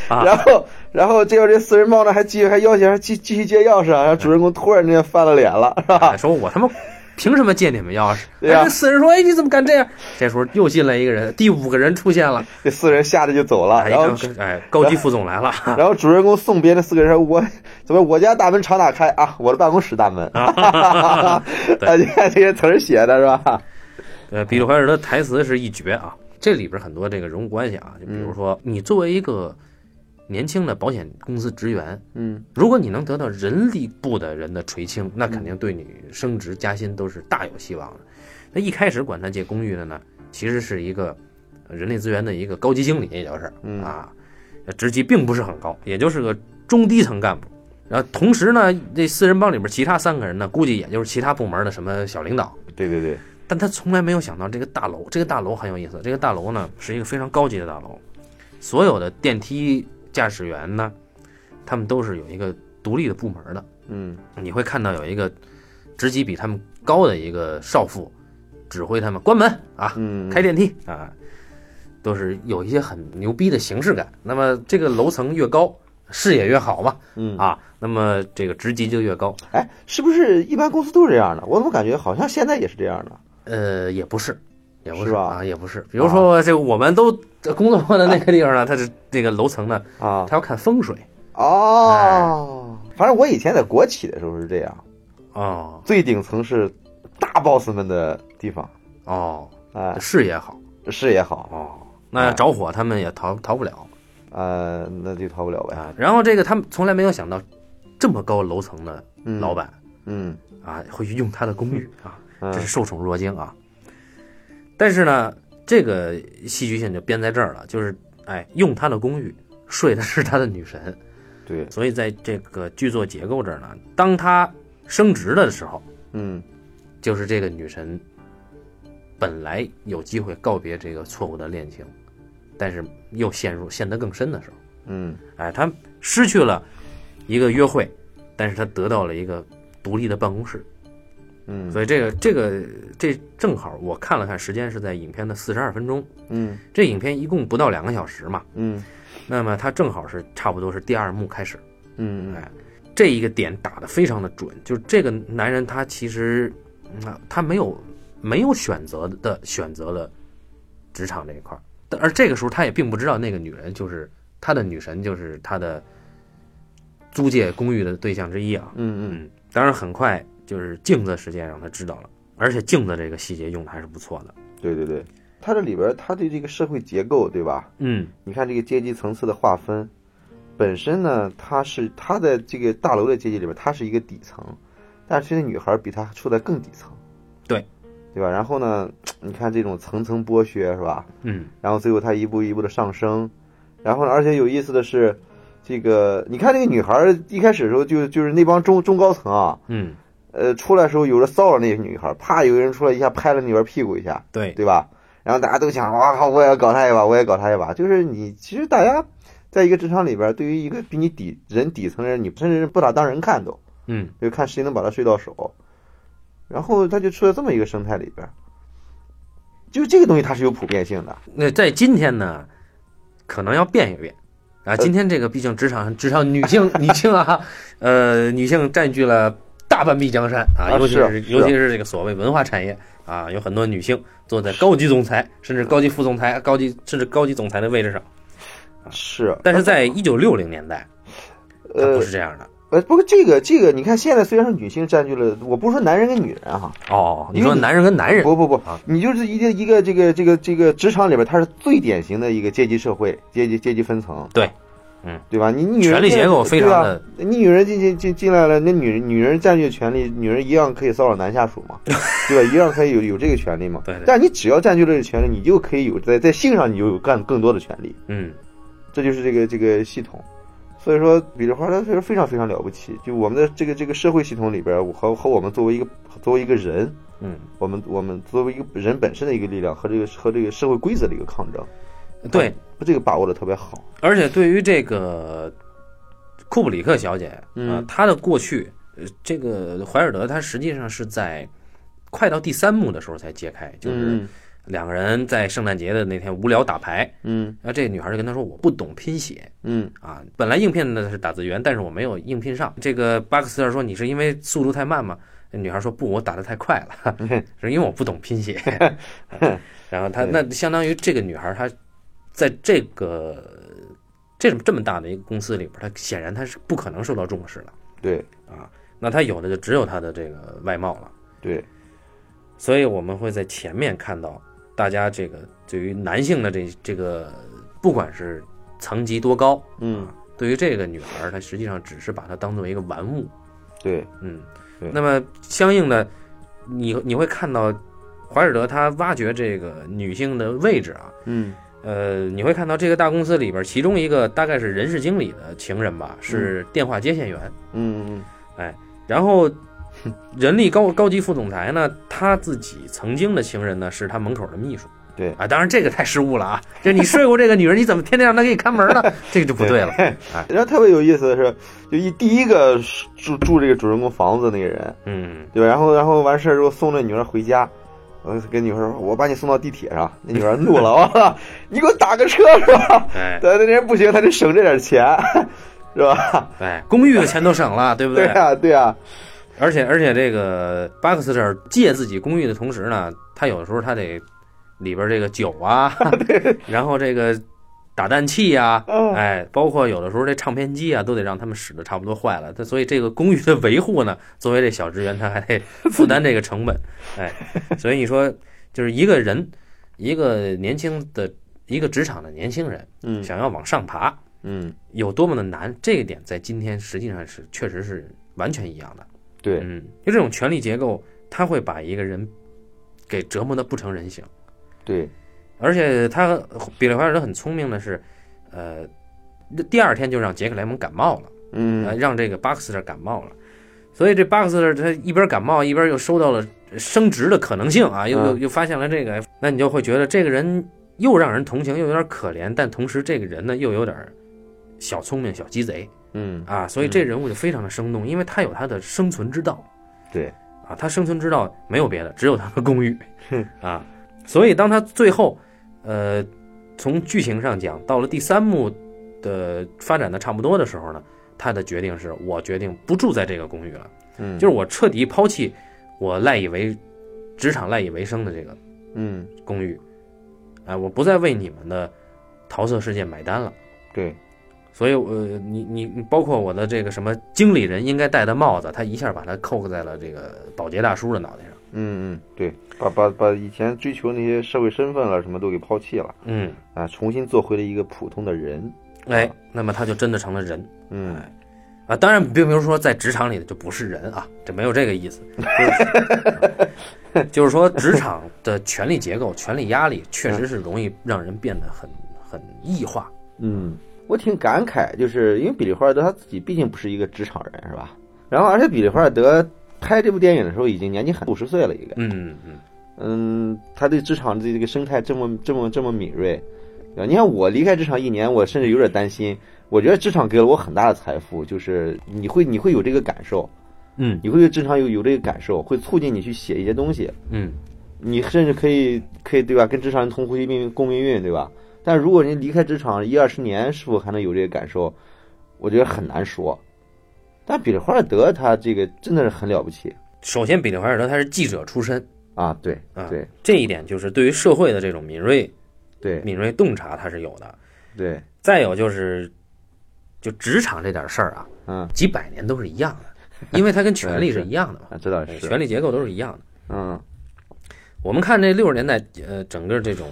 S1: 啊
S2: 然后，然后这边这四人帮呢，还继续还要挟，还继继续借钥匙啊！然后主人公突然之间翻了脸了， 是吧？
S1: 哎说我他妈凭什么借你们钥匙？
S2: 对呀
S1: 哎这四人说，哎，你怎么敢这样？这时候又进来一个人，第五个人出现了。
S2: 这四人吓得就走了。
S1: 哎，
S2: 然后，
S1: 哎，高级副总来了。
S2: 然后主人公送别那四个人说：“我怎么我家大门常打开啊？我的办公室大门。” 啊，你看这些词儿写的是吧？
S1: 呃，比利怀尔德台词是一绝啊。这里边很多这个人物关系啊，就比
S2: 嗯
S1: 如说你作为一个年轻的保险公司职员，
S2: 嗯，
S1: 如果你能得到人力部的人的垂青，那
S2: 嗯
S1: 肯定对你升职加薪都是大有希望的。那一开始管他借公寓的呢，其实是一个呃人力资源的一个高级经理，也就是
S2: 嗯
S1: 啊，职级并不是很高，也就是个中低层干部。然后同时呢，这四人帮里边其他三个人呢，估计也就是其他部门的什么小领导。
S2: 对对对，
S1: 但他从来没有想到这个大楼，这个大楼很有意思。这个大楼呢是一个非常高级的大楼，所有的电梯驾驶员呢，他们都是有一个独立的部门的。
S2: 嗯
S1: 你会看到有一个职级比他们高的一个少妇指挥他们关门啊，
S2: 嗯，
S1: 开电梯啊，都是有一些很牛逼的形式感。那么这个楼层越高，视野越好嘛
S2: 嗯
S1: 啊，那么这个职级就越高。
S2: 哎，是不是一般公司都是这样的？我怎么感觉好像现在也是这样的？
S1: 呃，也不是，也不
S2: 是吧
S1: 啊，也不是。比如说，这我们都这工作过的那个地方呢，它是那个楼层呢，
S2: 啊
S1: 它，要看风水
S2: 哦，反正我以前在国企的时候是这样，啊
S1: 哦
S2: 最顶层是大 boss 们的地方，
S1: 哦，
S2: 啊、
S1: 视野好
S2: 视野好，
S1: 哦，那
S2: 啊
S1: 要着火他们也逃逃不了
S2: 呃，那就逃不了呗。
S1: 啊。然后这个他们从来没有想到，这么高楼层的
S2: 嗯，
S1: 老，板
S2: 嗯
S1: 啊会去用他的公寓啊，
S2: 嗯
S1: 这是受宠若惊啊。但是呢，这个戏剧性就编在这儿了，就是哎，用他的公寓睡的是他的女神。
S2: 对，
S1: 所以在这个剧作结构这儿呢，当他升职了的时候，
S2: 嗯
S1: 就是这个女神本来有机会告别这个错误的恋情，但是又陷入陷得更深的时候，
S2: 嗯
S1: 哎，她失去了一个约会，但是她得到了一个独立的办公室，
S2: 嗯
S1: 所以这个这个这正好我看了看时间是在影片的四十二分钟，
S2: 嗯
S1: 这影片一共不到两个小时嘛，
S2: 嗯
S1: 那么它正好是差不多是第二幕开始。
S2: 嗯
S1: 哎，这一个点打得非常的准，就是这个男人他其实嗯啊、他没有没有选择的选择了职场这一块儿，但而这个时候他也并不知道那个女人就是他的女神，就是他的租借公寓的对象之一啊。
S2: 嗯嗯，
S1: 当然，很快就是镜子事件让他知道了，而且镜子这个细节用的还是不错的。
S2: 对对对，他这里边儿他对这个社会结构，对吧？
S1: 嗯，
S2: 你看这个阶级层次的划分，本身呢，她是她在这个大楼的阶级里边，她是一个底层，但是这女孩比她处在更底层，
S1: 对，
S2: 对吧？然后呢，你看这种层层剥削是吧？
S1: 嗯，
S2: 然后最后她一步一步的上升，然后呢，而且有意思的是，这个你看这个女孩一开始的时候就就是那帮中中高层啊，
S1: 嗯，
S2: 呃，出来的时候有人骚扰那个女孩，啪，有人出来一下拍了那女孩屁股一下，
S1: 对，
S2: 对吧？然后大家都想，哇靠，我也要搞他一把，我也搞他一把。就是你，其实大家在一个职场里边，对于一个比你底人底层人，你甚至是不咋当人看都，
S1: 嗯，
S2: 就看谁能把他睡到手。然后他就处在这么一个生态里边，
S1: 啊
S2: 就这个东西它是有普遍性的。
S1: 那在今天呢，可能要变一变。
S2: 呃
S1: 啊，今天这个毕竟职场职场女性 女性啊，呃，女性占据了大半壁江山啊，
S2: 啊
S1: 尤其
S2: 是
S1: 是
S2: 是
S1: 尤其是这个所谓文化产业啊，有很多女性坐在高级总裁，甚至高级副总裁、高级甚至高级总裁的位置上。
S2: 是，
S1: 但是在一九六零年代，它
S2: 呃
S1: 不是这样的。
S2: 呃，不过这个这个，你看现在虽然是女性占据了，我不是说男人跟女人啊哈，
S1: 哦，你
S2: 呃因为
S1: 说
S2: 你
S1: 男人跟男人
S2: 不不不
S1: 啊，
S2: 你就是一个一个这个这个这个职场里边，它是最典型的一个阶级社会、阶级阶级分层。
S1: 对，嗯，
S2: 对吧？你女人
S1: 权力
S2: 进
S1: 结构非常的
S2: 对啊你女人进进进进来了，那女女人占据权利，女人一样可以骚扰男 下属嘛，对吧？一样可以有有这个权利嘛。
S1: 对对
S2: 但你只要占据了这个权利，你就可以有在在性上你就有干更多的权利，
S1: 嗯，
S2: 这就是这个这个系统。所以说，彼得花他是非常非常了不起。就我们的这个这个社会系统里边，我和和我们作为一个作为一个人，
S1: 嗯，
S2: 我们我们作为一个人本身的一个力量和这个和这个社会规则的一个抗争，
S1: 对，
S2: 这个把握的特别好。
S1: 而且对于这个库布里克小姐啊、
S2: 嗯
S1: 她的过去，呃这个怀尔德他实际上是在快到第三幕的时候才揭开，就是两个人在圣诞节的那天无聊打牌，
S2: 嗯
S1: 然后这女孩就跟他说：“我不懂拼写
S2: 嗯
S1: 啊，本来应聘的是打字员，但是我没有应聘上。”这个巴克斯特说：“你是因为速度太慢吗？”那女孩说：“不，我打的太快了，是因为我不懂拼写。”然后他那相当于这个女孩，她在这个这种这么大的一个公司里边，她显然她是不可能受到重视的。
S2: 对
S1: 那她有的就只有她的这个外貌了。
S2: 对，
S1: 所以我们会在前面看到大家这个对于男性的这这个，不管是层级多高，
S2: 嗯
S1: 对于这个女孩儿，她实际上只是把她当做一个玩物，
S2: 对，
S1: 嗯
S2: 对，
S1: 那么相应的，你你会看到怀尔德他挖掘这个女性的位置啊，
S2: 嗯
S1: 呃，你会看到这个大公司里边儿，其中一个大概是人事经理的情人吧，是电话接线员，
S2: 嗯
S1: 然后。人力高高级副总裁呢，他自己曾经的情人呢是他门口的秘书，
S2: 对
S1: 啊，当然这个太失误了啊！这你睡过这个女人，你怎么天天让她给你看门呢？这个就不对了。哎，
S2: 然后特别有意思的是，就一第一个住住这个主人公房子那个人，
S1: 嗯，
S2: 对吧？然后然后完事儿之后送那女儿回家。我跟女孩说：“我把你送到地铁上。”那女孩怒了：“ 我操，你给我打个车是吧？
S1: 哎，
S2: 对，那人不行，他得省这点钱，是吧？
S1: 哎，公寓的钱都省了，对不
S2: 对呀、啊，对呀、啊，
S1: 而且而且这个巴克斯特借自己公寓的同时呢，他有的时候他得里边这个酒啊，然后这个打蛋器啊，
S2: 嗯
S1: 哎，包括有的时候这唱片机啊，都得让他们使的差不多坏了。他所以这个公寓的维护呢，作为这小职员，他还得负担这个成本，哎，所以你说就是一个人，一个年轻的一个职场的年轻人
S2: 嗯
S1: 想要往上爬，
S2: 嗯，
S1: 有多么的难，这一点在今天实际上是确实是完全一样的。
S2: 对，
S1: 嗯，因为这种权力结构，它会把一个人给折磨的不成人形。
S2: 对，
S1: 而且他比利怀尔德很聪明的是，呃，第二天就让杰克莱蒙感冒了，呃，
S2: 嗯，
S1: 让这个巴克斯特感冒了。所以这巴克斯特他一边感冒一边又收到了升职的可能性啊，又又
S2: 嗯
S1: 又发现了这个，那你就会觉得这个人又让人同情又有点可怜，但同时这个人呢又有点小聪明小鸡贼
S2: 嗯，
S1: 啊，所以这人物就非常的生动，因为他有他的生存之道。
S2: 对，
S1: 啊，他生存之道没有别的，只有他的公寓 啊。所以当他最后，呃，从剧情上讲，到了第三幕的发展的差不多的时候呢，他的决定是我决定不住在这个公寓了，
S2: 嗯，
S1: 就是我彻底抛弃我赖以为职场赖以为生的这个
S2: 嗯，
S1: 公寓，哎、我不再为你们的桃色世界买单了。
S2: 对，
S1: 所以，呃，你你你包括我的这个什么经理人应该戴的帽子，他一下把它扣在了这个保洁大叔的脑袋上。
S2: 嗯嗯，对，把把把以前追求那些社会身份了啊什么都给抛弃了
S1: 嗯，
S2: 啊，重新做回了一个普通的人。
S1: 哎，
S2: 啊
S1: 那么他就真的成了人
S2: 嗯，
S1: 啊！当然，并不是说在职场里的就不是人啊，这没有这个意思，就是就是说职场的权力结构、 权力压力确实是容易让人变得很很异化。
S2: 嗯，我挺感慨，就是因为比利华尔德他自己毕竟不是一个职场人，是吧？然后，而且比利华尔德拍这部电影的时候已经年纪很五十岁了，应该。
S1: 嗯嗯
S2: 嗯，他对职场这这个生态这么这么这么敏锐。对吧你看我离开职场一年，我甚至有点担心。我觉得职场给了我很大的财富，就是你会你会有这个感受，
S1: 嗯
S2: 你会对职场有有这个感受，会促进你去写一些东西。
S1: 嗯
S2: 你甚至可以可以对吧，跟职场人同呼吸并共命运，对吧？但如果人离开职场一二十年，是否还能有这个感受？我觉得很难说。但比利华尔德他这个真的是很了不起
S1: 首先，比利怀尔德他是记者出身，
S2: 啊！对
S1: 啊
S2: 对
S1: 这一点就是对于社会的这种敏锐
S2: 对
S1: 敏锐洞察他是有的。
S2: 对，
S1: 再有就是，就职场这点事儿啊，
S2: 嗯，
S1: 几百年都是一样的，因为它跟权 力是一样的嘛，
S2: 啊，这倒
S1: 对
S2: 是，
S1: 权力结构都是一样的。
S2: 嗯
S1: 我们看这六十年代，呃，整个这种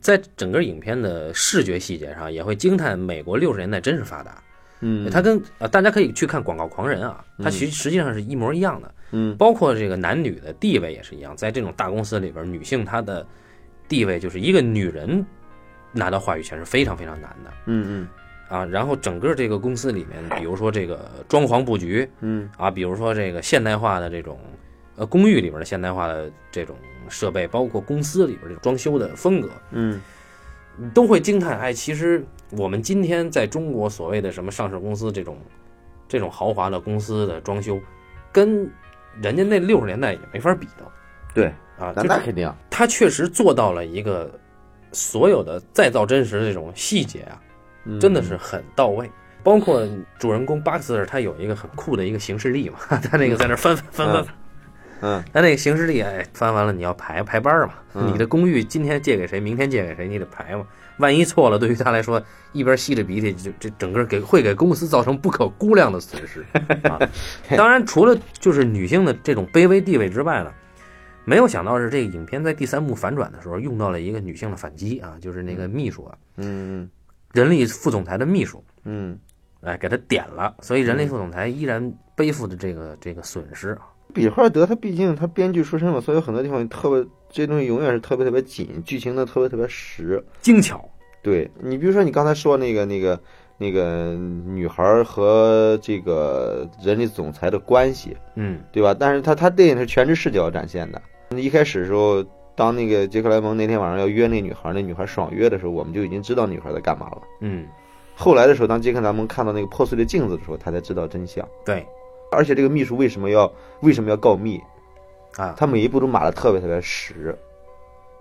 S1: 在整个影片的视觉细节上，也会惊叹美国六十年代真是发达。
S2: 嗯，
S1: 它跟呃，大家可以去看《广告狂人》啊，它
S2: 嗯
S1: 其实实际上是一模一样的，
S2: 嗯
S1: 包括这个男女的地位也是一样。在这种大公司里边，女性她的地位就是一个女人拿到话语权是非常非常难的。
S2: 嗯
S1: 啊，然后整个这个公司里面，比如说这个装潢布局
S2: 嗯嗯
S1: 啊，比如说这个现代化的这种呃公寓里边的现代化的这种设备，包括公司里边这种装修的风格，
S2: 嗯
S1: 你都会惊叹，哎，其实我们今天在中国所谓的什么上市公司这种这种豪华的公司的装修，跟人家那六十年代也没法比的
S2: 对，
S1: 啊，
S2: 那
S1: 就
S2: 那
S1: 是
S2: 肯定，
S1: 他确实做到了一个所有的再造真实的这种细节啊，
S2: 嗯
S1: 真的是很到位。包括主人公巴克斯特，他有一个很酷的一个行事历嘛， 他那个嗯在那儿翻翻翻翻，
S2: 嗯
S1: 他那个行事历哎翻完了，你要排排班儿嘛，
S2: 嗯
S1: 你的公寓今天借给谁，明天借给谁，你得排嘛。万一错了，对于他来说，一边吸着鼻涕，就这整个给会给公司造成不可估量的损 失。啊、当然，除了就是女性的这种卑微地位之外呢，没有想到是这个影片在第三幕反转的时候用到了一个女性的反击啊，就是那个秘书啊，
S2: 嗯
S1: 人力副总裁的秘书。
S2: 嗯，
S1: 哎，给他点了，所以人类副总裁依然背负着这个这个损失啊。
S2: 比尔·霍尔德他毕竟他编剧出身嘛，所以有很多地方特别，这些东西永远是特别特别紧，剧情的特别特别实。
S1: 精巧，
S2: 对你比如说你刚才说那个那个那个女孩儿和这个人力总裁的关系，
S1: 嗯，
S2: 对吧？但是他他电影是全知视角展现的。一开始的时候，当那个杰克莱蒙那天晚上要约那女孩，那女孩爽约的时候，我们就已经知道女孩在干嘛了。
S1: 嗯，
S2: 后来的时候，当杰克莱蒙看到那个破碎的镜子的时候，他才知道真相。
S1: 对
S2: 而且这个秘书为什么要为什么要告密？
S1: 啊，
S2: 他每一步都码的特别特别实。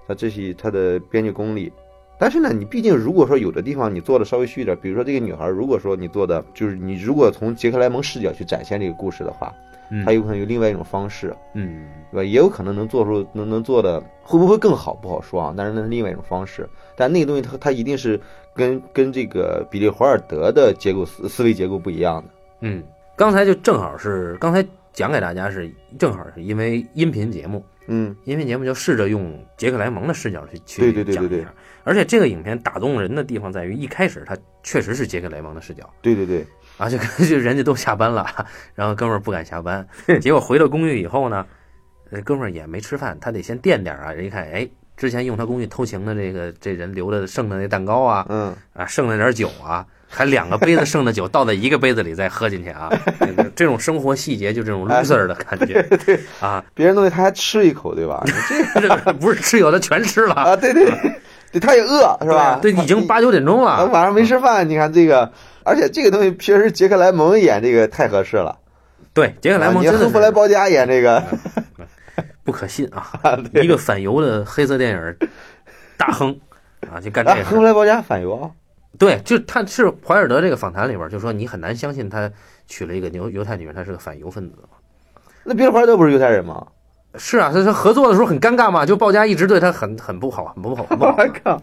S2: 那这是他的编剧功力。但是呢，你毕竟如果说有的地方你做的稍微虚一点，比如说这个女孩，如果说你做的就是你如果从杰克莱蒙视角去展现这个故事的话，
S1: 嗯
S2: 他有可能有另外一种方式。
S1: 嗯
S2: 对吧？也有可能能做出能能做的，会不会更好不好说啊？但是那是另外一种方式。但那个东西它它一定是跟跟这个比利华尔德的结构思思维结构不一样的。
S1: 嗯，刚才就正好是刚才讲给大家是正好是因为音频节目，
S2: 嗯
S1: 音频节目就试着用杰克莱蒙的视角去去
S2: 对对对
S1: 讲一
S2: 对对
S1: 下而且这个影片打动人的地方在于一开始他确实是杰克莱蒙的视角。
S2: 对对对，
S1: 啊，就跟 就人家都下班了，然后哥们儿不敢下班，结果回到公寓以后呢，呃，哥们儿也没吃饭，他得先垫点儿啊。人一看，哎，之前用他公寓偷情的这个这人留的剩的那蛋糕啊，
S2: 嗯，
S1: 啊，剩的点儿酒啊，还两个杯子剩的酒倒在一个杯子里再喝进去啊，这个这种生活细节就这种
S2: 哎
S1: loser 的感觉啊，
S2: 别人东西他还吃一口，对吧？
S1: 这个不是吃有的全吃了，
S2: 啊，对对对，对他也饿是吧？
S1: 嗯
S2: 嗯
S1: 对，已经八九点钟
S2: 他
S1: 了，嗯
S2: 晚上没吃饭，你看这个，而且这个东西确实杰克莱蒙演这个太合适了。
S1: 对，杰克莱蒙
S2: 啊你
S1: 真的
S2: 亨弗莱
S1: 是
S2: 包家演这个，
S1: 不可信啊， 一个反犹的黑色电影儿大亨啊，就干这
S2: 啊，
S1: 个事
S2: 亨
S1: 儿
S2: 弗。莱包家反犹啊，
S1: 对，就他是怀尔德这个访谈里边儿就说你很难相信他娶了一个犹犹太女人，她是个反犹分子。
S2: 那比利华尔德不是犹太 人吗？
S1: 是啊，他说合作的时候很尴尬嘛，就鲍家一直对他很很不好，很不好，很不好
S2: 我。靠，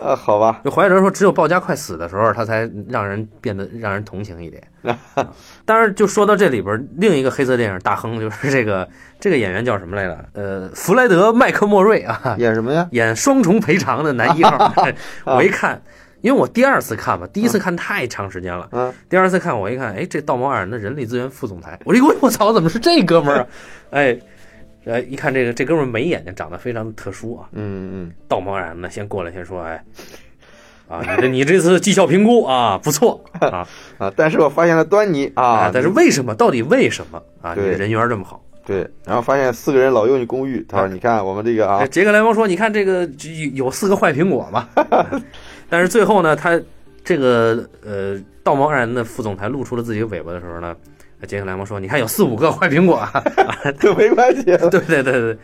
S2: 啊，好吧，
S1: 就怀尔德说，只有鲍家快死的时候，他才让人变得让人同情一点。啊当然，就说到这里边儿，另一个黑色电影大亨就是这个这个演员叫什么来着？呃，弗莱德·麦克莫瑞啊，
S2: 演什么呀？
S1: 演双重赔偿的男一号， 我一看，因为我第二次看嘛，第一次看太长时间了，
S2: 嗯，
S1: 第二次看我一看，哎，这道貌岸然的人力资源副总裁，我这我我操，怎么是这哥们儿 啊？哎，呃，一看这个这哥们儿眉眼睛长得非常特殊啊，
S2: 嗯嗯
S1: 道貌岸然的，先过来先说，哎，啊，你 这你这次绩效评估啊不错啊，哎
S2: 啊，但是我发现了端倪 啊，
S1: 但是为什么？到底为什么啊？你
S2: 对
S1: 人缘这么好？
S2: 对，然后发现四个人老用你公寓，他说你看我们这个啊
S1: 哎，杰克莱蒙说：“你看这个这有有四个坏苹果嘛。”但是最后呢，他这个呃道貌岸然的副总裁露出了自己尾巴的时候 呢，杰克莱蒙说：“你看有四五个坏苹果啊。
S2: 这没关系
S1: 对”对对对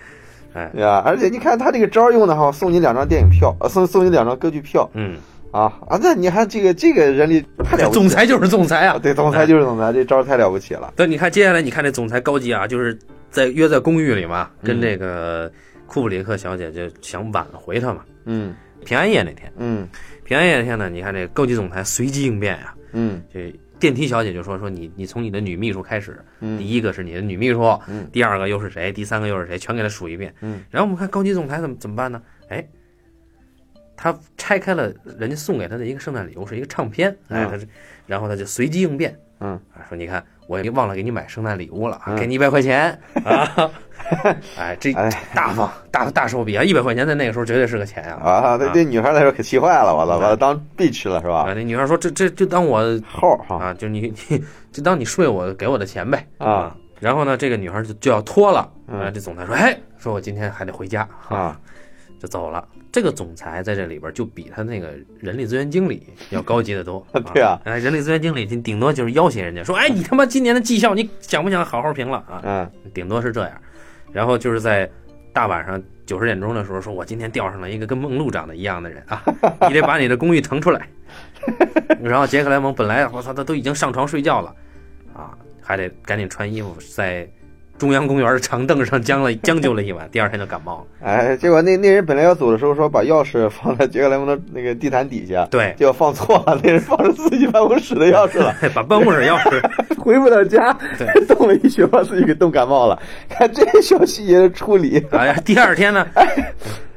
S1: 哎，
S2: 对吧？而且你看他这个招儿用的好，送你两张电影票，呃，送送你两张歌剧票
S1: 嗯，
S2: 啊啊！那你看这个这个人力太了不起了，
S1: 总裁就是总裁啊
S2: 啊，。对，总裁就是总裁，这招儿太了不起了。
S1: 但你看接下来，你看这总裁高级啊，就是在约在公寓里嘛，跟这个库布里克小姐就想挽回他嘛。
S2: 嗯
S1: 平安夜那天，
S2: 嗯
S1: 平安夜那天呢，你看这高级总裁随机应变啊，
S2: 嗯
S1: 这电梯小姐就说说你你从你的女秘书开始，第
S2: 嗯
S1: 一个是你的女秘书，
S2: 嗯
S1: 第二个又是谁，第三个又是谁，全给他数一遍。
S2: 嗯，
S1: 然后我们看高级总裁怎么怎么办呢？哎，他拆开了人家送给他的一个圣诞礼物，是一个唱片，哎，
S2: 嗯
S1: 他是，然后他就随机应变，
S2: 嗯
S1: 啊，说你看我也忘了给你买圣诞礼物了，啊
S2: 嗯
S1: 给你一百块 钱啊， 哎，这
S2: 哎
S1: 大方大大手笔啊，一百块钱在那个时候绝对是个钱啊。
S2: 啊，嗯那对女孩来说可气坏了，我操，把她当 bitch 了是吧？
S1: 啊，那女孩说：“这这就当我
S2: 号哈
S1: 啊，就你 你就当你睡我给我的钱呗
S2: 啊。
S1: 然后呢，这个女孩就就要脱了，
S2: 嗯
S1: 啊，这总裁说：“哎，说我今天还得回家
S2: 啊，。
S1: 就走了。”这个总裁在这里边就比他那个人力资源经理要高级得多
S2: 对啊
S1: 哎，人力资源经理顶顶多就是要挟人家说：“哎，你他妈今年的绩效你想不想好好评了啊
S2: 嗯？”
S1: 顶多是这样。然后就是在大晚上九十点钟的时候说：“我今天钓上了一个跟梦露长得一样的人啊， 你得把你的公寓腾出来。” 然后杰克莱蒙本来我操他都已经上床睡觉了，啊，还得赶紧穿衣服，在中央公园的长凳上将了将就了一晚，第二天就感冒了。
S2: 哎，结果那那人本来要走的时候说把钥匙放在杰克莱蒙的那个地毯底下，
S1: 对，
S2: 结果放错了，那人放着自己办公室的钥匙了，
S1: 把办公室钥匙
S2: 回不了家
S1: 对，
S2: 冻了一宿，把自己给冻感冒了。看这些小细节的处理。
S1: 哎呀，第二天呢，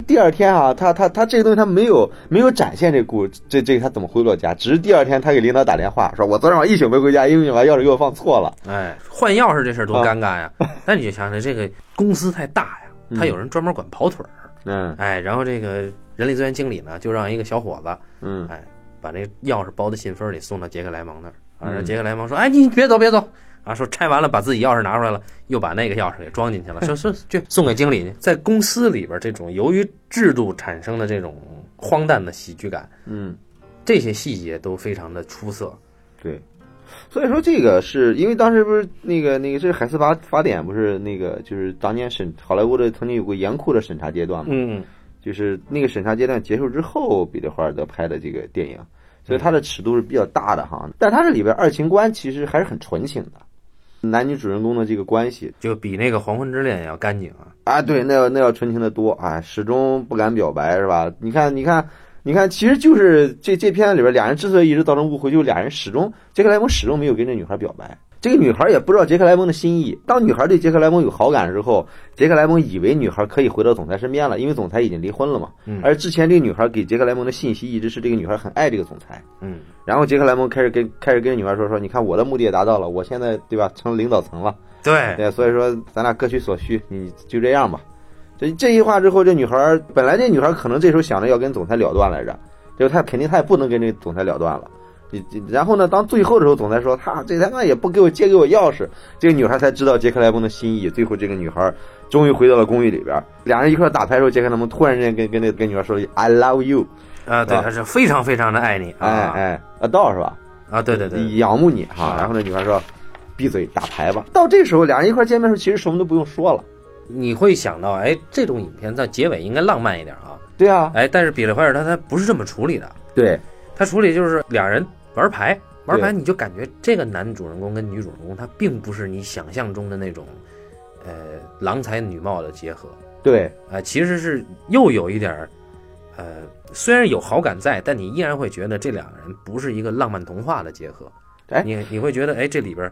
S2: 第二天啊，他他他这个东西他没有没有展现这故这这个他怎么回不了家，只是第二天他给领导打电话说，我昨天晚上一宿没回家，因为你把钥匙给我放错了。
S1: 哎，换钥匙这事儿多尴尬呀！但你就想想，这个公司太大呀，
S2: 嗯
S1: 他有人专门管跑腿儿，
S2: 嗯
S1: 哎，然后这个人力资源经理呢，就让一个小伙子
S2: 嗯
S1: 把那钥匙包在信封里送到杰克莱蒙那儿，啊，让
S2: 嗯
S1: 杰克莱蒙说：“哎，你别走，别走。”啊，说拆完了，把自己钥匙拿出来了，又把那个钥匙给装进去了，说说去送给经理去。在公司里边，这种由于制度产生的这种荒诞的喜剧感，
S2: 嗯，
S1: 这些细节都非常的出色。
S2: 对。所以说这个是因为当时不是那个那个这海斯法法典不是那个就是当年审好莱坞的曾经有过严酷的审查阶段嘛，
S1: 嗯，
S2: 就是那个审查阶段结束之后，彼得·华尔德拍的这个电影，所以它的尺度是比较大的哈。但它这里边二情观其实还是很纯情的，男女主人公的这个关系
S1: 就比那个《黄昏之恋》要干净啊。
S2: 啊，对，那要那要纯情的多啊，始终不敢表白是吧？你看，你看，你看，其实就是这这片子里边俩人之所以一直造成误会，就是俩人始终杰克莱蒙始终没有跟这女孩表白。这个女孩也不知道杰克莱蒙的心意。当女孩对杰克莱蒙有好感之后，杰克莱蒙以为女孩可以回到总裁身边了，因为总裁已经离婚了嘛。
S1: 嗯
S2: 而之前这个女孩给杰克莱蒙的信息一直是这个女孩很爱这个总裁。
S1: 嗯，
S2: 然后杰克莱蒙开始跟开始跟女孩说说，你看我的目的也达到了，我现在对吧成领导层了。
S1: 对，
S2: 对，所以说咱俩各取所需，你就这样吧。这这一话之后，这女孩儿本来这女孩儿可能这时候想着要跟总裁了断来着，就她肯定她也不能跟这总裁了断了。你你然后呢，当最后的时候，总裁说他这他妈也不给我借给我钥匙，这个女孩才知道杰克莱蒙的心意。最后这个女孩儿终于回到了公寓里边儿，俩人一块儿打牌的时候，杰克莱蒙突然之间跟跟那跟女孩说了一句 “I love you”，
S1: 啊，对，
S2: 啊
S1: 他是非常非常的爱你啊
S2: 哎哎，啊道是吧？
S1: 啊，对对对，
S2: 仰慕你哈。
S1: 是
S2: 然后那女孩说：“闭嘴，打牌吧。”到这时候，俩人一块儿见面的时候，其实什么都不用说了。
S1: 你会想到，哎，这种影片在结尾应该浪漫一点啊，
S2: 对啊，
S1: 哎，但是比利怀尔他他不是这么处理的，
S2: 对，
S1: 他处理就是俩人玩牌，玩牌
S2: 对
S1: 你就感觉这个男主人公跟女主人公他并不是你想象中的那种，呃，郎才女貌的结合，
S2: 对，
S1: 啊，其实是又有一点儿，呃，虽然有好感在，但你依然会觉得这两个人不是一个浪漫童话的结合。
S2: 哎
S1: 你你会觉得，哎，这里边儿，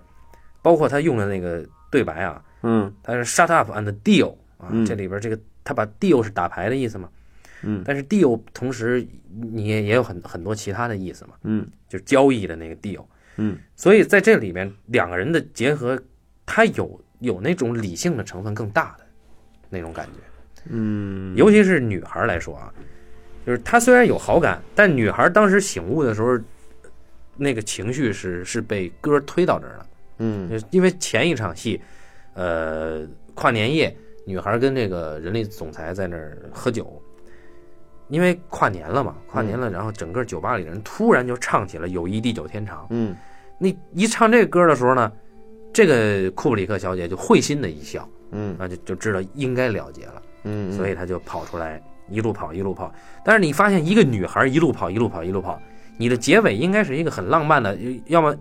S1: 包括他用的那个对白啊，
S2: 嗯
S1: 他是 “shut up and deal” 啊，
S2: 嗯
S1: 这里边儿这个他把 “deal” 是打牌的意思嘛，
S2: 嗯
S1: 但是 “deal” 同时你也也有很很多其他的意思嘛，
S2: 嗯
S1: 就是交易的那个 “deal”。
S2: 嗯，
S1: 所以在这里面两个人的结合，他有有那种理性的成分更大的那种感觉。
S2: 嗯，
S1: 尤其是女孩来说啊，就是她虽然有好感，但女孩当时醒悟的时候，那个情绪是是被歌推到这儿了。
S2: 嗯
S1: 因为前一场戏，呃，跨年夜，女孩跟这个人力总裁在那儿喝酒，因为跨年了嘛，跨
S2: 嗯
S1: 年了，然后整个酒吧里人突然就唱起了《友谊地久天长》。
S2: 嗯
S1: 那一唱这个歌的时候呢，这个库布里克小姐就会心的一笑
S2: 嗯
S1: 啊，就就知道应该了结了。
S2: 嗯，
S1: 所以他就跑出来，一路跑一路跑。但是你发现一个女孩一路跑一路跑一路跑，你的结尾应该是一个很浪漫的，呃要么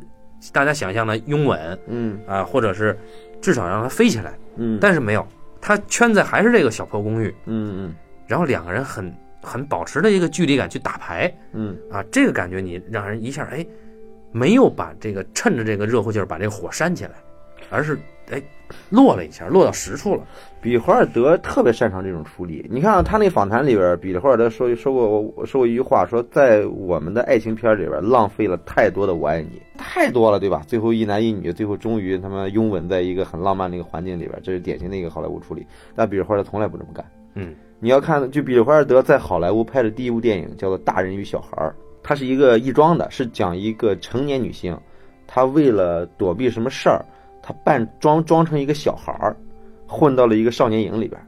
S1: 大家想象的拥吻
S2: 嗯
S1: 啊，或者是至少让她飞起来，
S2: 嗯
S1: 但是没有，她圈在还是这个小破公寓，
S2: 嗯
S1: 然后两个人很很保持的一个距离感去打牌
S2: 嗯嗯
S1: 啊，这个感觉你让人一下哎，没有把这个趁着这个热乎劲儿把这个火煽起来，而是哎落了一下，落到实处了。
S2: 比霍尔德特别擅长这种处理。你看、啊、他那访谈里边，比霍尔德说说过说过一句话，说在我们的爱情片里边浪费了太多的“我爱你”，太多了，对吧？最后一男一女，最后终于他妈拥吻在一个很浪漫的一个环境里边，这是典型的一个好莱坞处理。但比霍尔德从来不这么干。
S1: 嗯，
S2: 你要看，就比霍尔德在好莱坞拍的第一部电影叫做《大人与小孩儿》，它是一个亦庄的，是讲一个成年女性，她为了躲避什么事儿，她扮装装成一个小孩儿，混到了一个少年营里边儿，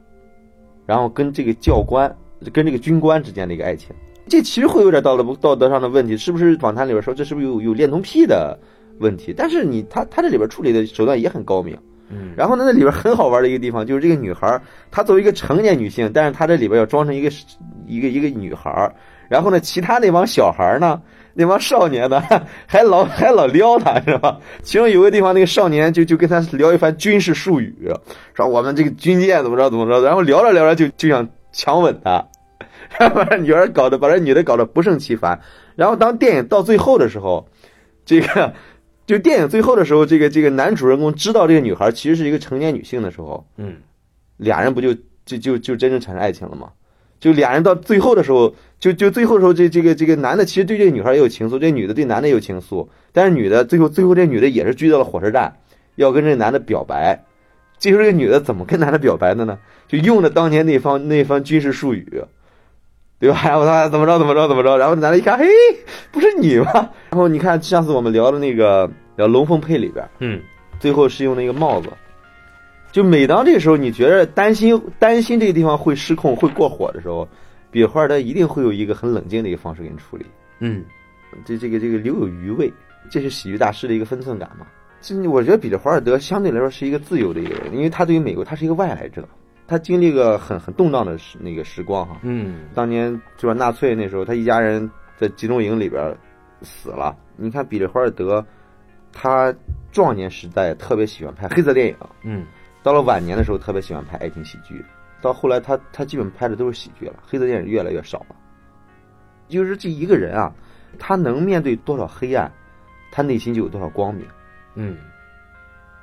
S2: 然后跟这个教官、跟这个军官之间的一个爱情，这其实会有点道德道德上的问题，是不是？访谈里边说这是不是有有恋童癖的问题？但是你他他这里边处理的手段也很高明。
S1: 嗯，
S2: 然后呢，那里边很好玩的一个地方就是这个女孩儿，她作为一个成年女性，但是她这里边要装成一个一个一个女孩儿。然后呢，其他那帮小孩儿呢，那帮少年呢， 还老还老撩她，是吧？其中有个地方，那个少年就就跟他聊一番军事术语，说我们这个军舰怎么着怎么着，然后聊着聊着就就想强吻她， 然后把这女儿搞得把这女的搞得不胜其烦。然后当电影到最后的时候，这个就电影最后的时候，这个这个男主人公知道这个女孩其实是一个成年女性的时候，
S1: 嗯，
S2: 俩人不就就就就真正产生爱情了吗？就俩人到最后的时候，就就最后的时候，这这个这个男的其实对这个女孩也有情愫，这女的对男的也有情愫，但是女的最后最后这女的也是追到了火车站，要跟这男的表白。这时候这女的怎么跟男的表白的呢？就用了当年那方那番军事术语，对吧？然后他怎么着怎么着怎么着，然后男的一看，嘿，不是你吗？然后你看上次我们聊的那个聊《龙凤配》里边，
S1: 嗯，
S2: 最后是用那个帽子。就每当这个时候，你觉得担心担心这个地方会失控、会过火的时候，比尔霍尔德一定会有一个很冷静的一个方式给你处理，
S1: 嗯，
S2: 这这个这个留有余味，这是喜剧大师的一个分寸感嘛。这我觉得比尔霍尔德相对来说是一个自由的一个人，因为他对于美国他是一个外来者，他经历个很很动荡的时那个时光哈。
S1: 嗯，
S2: 当年就是纳粹那时候，他一家人在集中营里边儿死了。你看比利华尔德，他壮年时代特别喜欢拍黑色电影，
S1: 嗯，
S2: 到了晚年的时候特别喜欢拍爱情喜剧，到后来他他基本拍的都是喜剧了，黑色电影越来越少了。就是这一个人啊，他能面对多少黑暗，他内心就有多少光明。
S1: 嗯，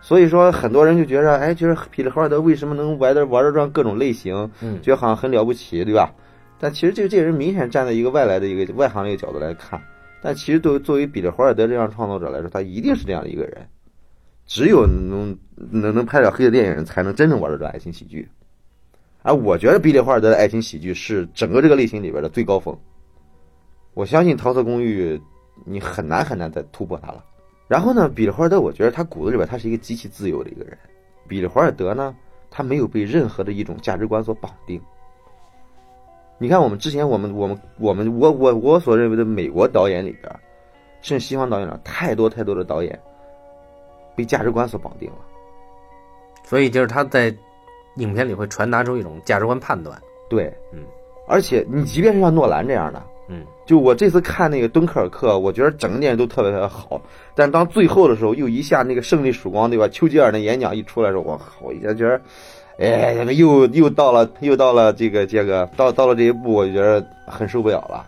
S2: 所以说，很多人就觉着，哎，觉得比利华尔德为什么能玩的玩得转各种类型，
S1: 嗯
S2: 觉得好像很了不起，对吧？但其实这个这个人明显站在一个外来的一个外行的一个角度来看，但其实对作为比利华尔德这样创作者来说，他一定是这样的一个人。只有能能能拍点黑色电影，才能真正玩得转爱情喜剧。而我觉得比利华尔德的爱情喜剧是整个这个类型里边的最高峰。我相信《桃色公寓》，你很难很难再突破它了。然后呢，比利华尔德，我觉得他骨子里边他是一个极其自由的一个人。比利华尔德呢，他没有被任何的一种价值观所绑定。你看，我们之前我们我们我们我我我所认为的美国导演里边，甚至西方导演里边，太多太多的导演被价值观所绑定了。
S1: 所以就是他在影片里会传达出一种价值观判断。
S2: 对，
S1: 嗯，
S2: 而且你即便是像诺兰这样的，
S1: 嗯，
S2: 就我这次看那个《敦刻尔克》，我觉得整个电影都特别特别好，但当最后的时候，又一下那个胜利曙光，对吧？丘吉尔那演讲一出来的时候，我靠，我一下觉得，哎，怎么又又到了又到了这个这个到到了这一步，我就觉得很受不了了。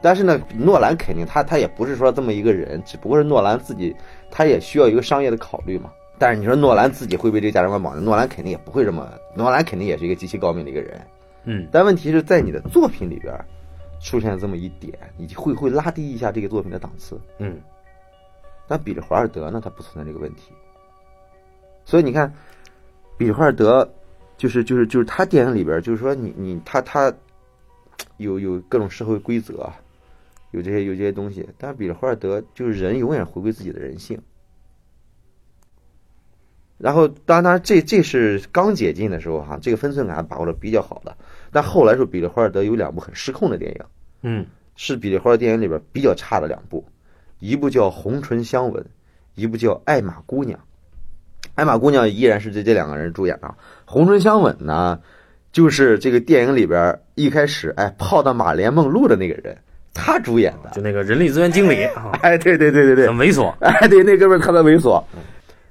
S2: 但是呢，诺兰肯定他他也不是说这么一个人，只不过是诺兰自己，他也需要一个商业的考虑嘛。但是你说诺兰自己会被这个价值观绑定，诺兰肯定也不会这么，诺兰肯定也是一个极其高明的一个人。
S1: 嗯
S2: 但问题是在你的作品里边儿出现了这么一点，你就会会拉低一下这个作品的档次。
S1: 嗯，
S2: 那比利华尔德呢，他不存在这个问题。所以你看，比利华尔德就是就是就是他电影里边儿，就是说你你他他有有各种社会规则，啊有这些有这些东西，但是比利华尔德就是人永远回归自己的人性。然后，当然，这这是刚解禁的时候哈、这个分寸感把握的比较好的。但后来说，比利华尔德有两部很失控的电影，
S1: 嗯，
S2: 是比利华尔德电影里边比较差的两部，一部叫《红唇相吻》，一部叫《爱玛姑娘》。《爱玛姑娘》依然是这这两个人主演啊，《红唇相吻》呢，就是这个电影里边一开始哎泡到马莲梦露的那个人，他主演的。
S1: 就那个人力资源经理啊，
S2: 哎，对对对对对
S1: 很，猥琐，
S2: 哎，对，那哥们儿特别猥琐。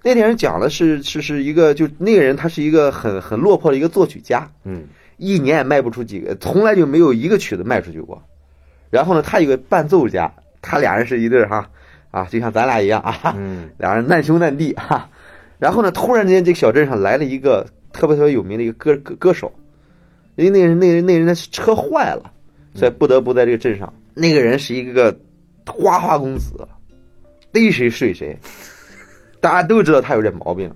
S2: 那电影讲的是是是一个，就那个人他是一个很很落魄的一个作曲家，
S1: 嗯，
S2: 一年也卖不出几个，从来就没有一个曲子卖出去过。然后呢，他有个伴奏家，他俩人是一对儿哈，啊，就像咱俩一样啊，
S1: 嗯
S2: 俩人难兄难弟哈。然后呢，突然之间这个小镇上来了一个特别特别有名的一个歌歌歌手，因为那人那人那人的车坏了，所以不得不在这个镇上。那个人是一个花花公子，逮谁睡谁，大家都知道他有这毛病。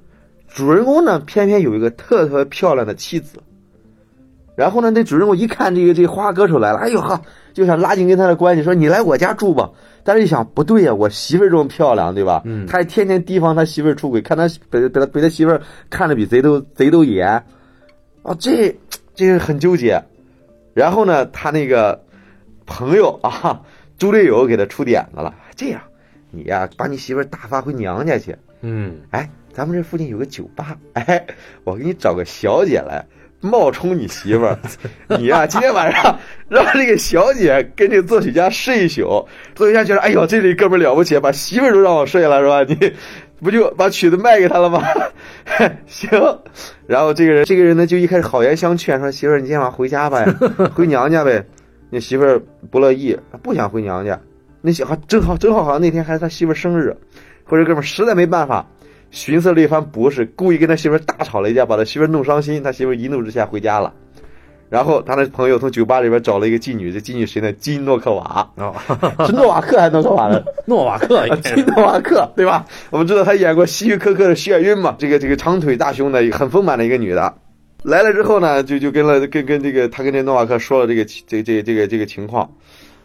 S2: 主人公呢，偏偏有一个特特别漂亮的妻子。然后呢，那主人公一看这个这个花花歌手来了，哎呦呵，就想拉近跟他的关系，说你来我家住吧。但是一想不对呀、我媳妇儿这么漂亮，对吧？
S1: 嗯
S2: 他还天天提防他媳妇儿出轨，看他被被他被他媳妇儿看的比贼都贼都严，啊，这这个很纠结。然后呢，他那个朋友 啊，猪队友给他出点子了，这样，你呀、把你媳妇儿打发回娘家去，
S1: 嗯，
S2: 哎，咱们这附近有个酒吧，哎，我给你找个小姐来冒充你媳妇儿，你呀、今天晚上让这个小姐跟这作曲家睡一宿，作曲家觉得，哎呦，这里哥们儿了不起，把媳妇儿都让我睡了是吧？你不就把曲子卖给他了吗？ 行，然后这个人，这个人呢就一开始好言相劝，说媳妇儿，你今天晚上回家吧，回娘家呗。那媳妇儿不乐意，不想回娘家。那小孩正好正好好像那天还是他媳妇儿生日，或者哥们儿实在没办法，寻思了一番不是，故意跟他媳妇儿大吵了一架，把他媳妇儿弄伤心，他媳妇儿一怒之下回家了。然后他的朋友从酒吧里边找了一个妓女，这妓女谁呢？金诺克瓦，
S1: 哦，
S2: 是诺瓦克还是诺克瓦呢？
S1: 诺瓦克
S2: 啊，金诺瓦克，对吧？我们知道她演过《希区柯克的眩晕》嘛，这个这个长腿大胸的很丰满的一个女的，来了之后呢，就就跟了跟跟这个她跟这诺瓦克说了这个这这这个这个情况。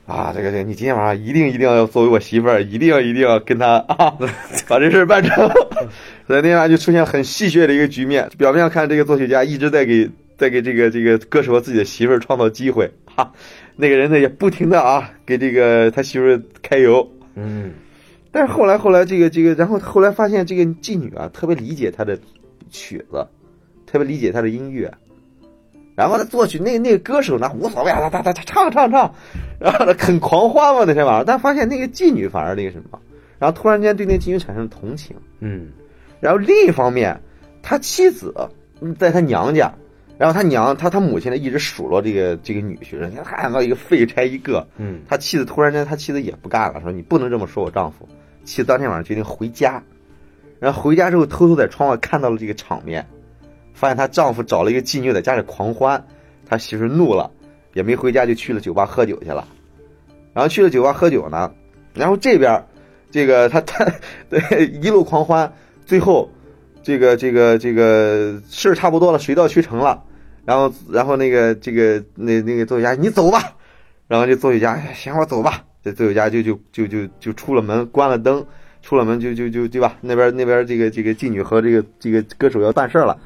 S2: 啊，这个这个，你今天晚上一定一定要作为我媳妇儿，一定要一定要跟她啊， 把这事儿办成。 所以那天晚上就出现很戏谑的一个局面。表面上看，这个作曲家一直在给在给这个这个歌手和自己的媳妇儿创造机会，哈、那个人呢也不停的啊给这个他媳妇儿揩油，
S1: 嗯
S2: 但是后来后来这个这个，然后后来发现这个妓女啊，特别理解他的曲子，特别理解他的音乐，然后他作曲那个那个歌手呢无所谓啊，他他他唱唱唱，然后呢很狂欢嘛那天晚上，但发现那个妓女反而那个什么，然后突然间对那妓女产生了同情。
S1: 嗯
S2: 然后另一方面，他妻子嗯在他娘家，然后他娘他他母亲呢一直数落这个这个女婿，人家看到一个废柴一个，
S1: 嗯
S2: 他妻子突然间，他妻子也不干了，说你不能这么说我丈夫。妻子当天晚上决定回家，然后回家之后偷偷在窗外看到了这个场面，发现她丈夫找了一个妓女在家里狂欢，她媳妇儿怒了，也没回家就去了酒吧喝酒去了。然后去了酒吧喝酒呢，然后这边儿这个他 他对一路狂欢，最后这个这个这个事儿差不多了，水到渠成了。然后然后那个这个那那个作家你走吧，然后这作曲家哎行，我走吧。这作曲家就就就就就出了门，关了灯，出了门就就就对吧？那边那边这个这个妓女和这个这个歌手要办事儿了，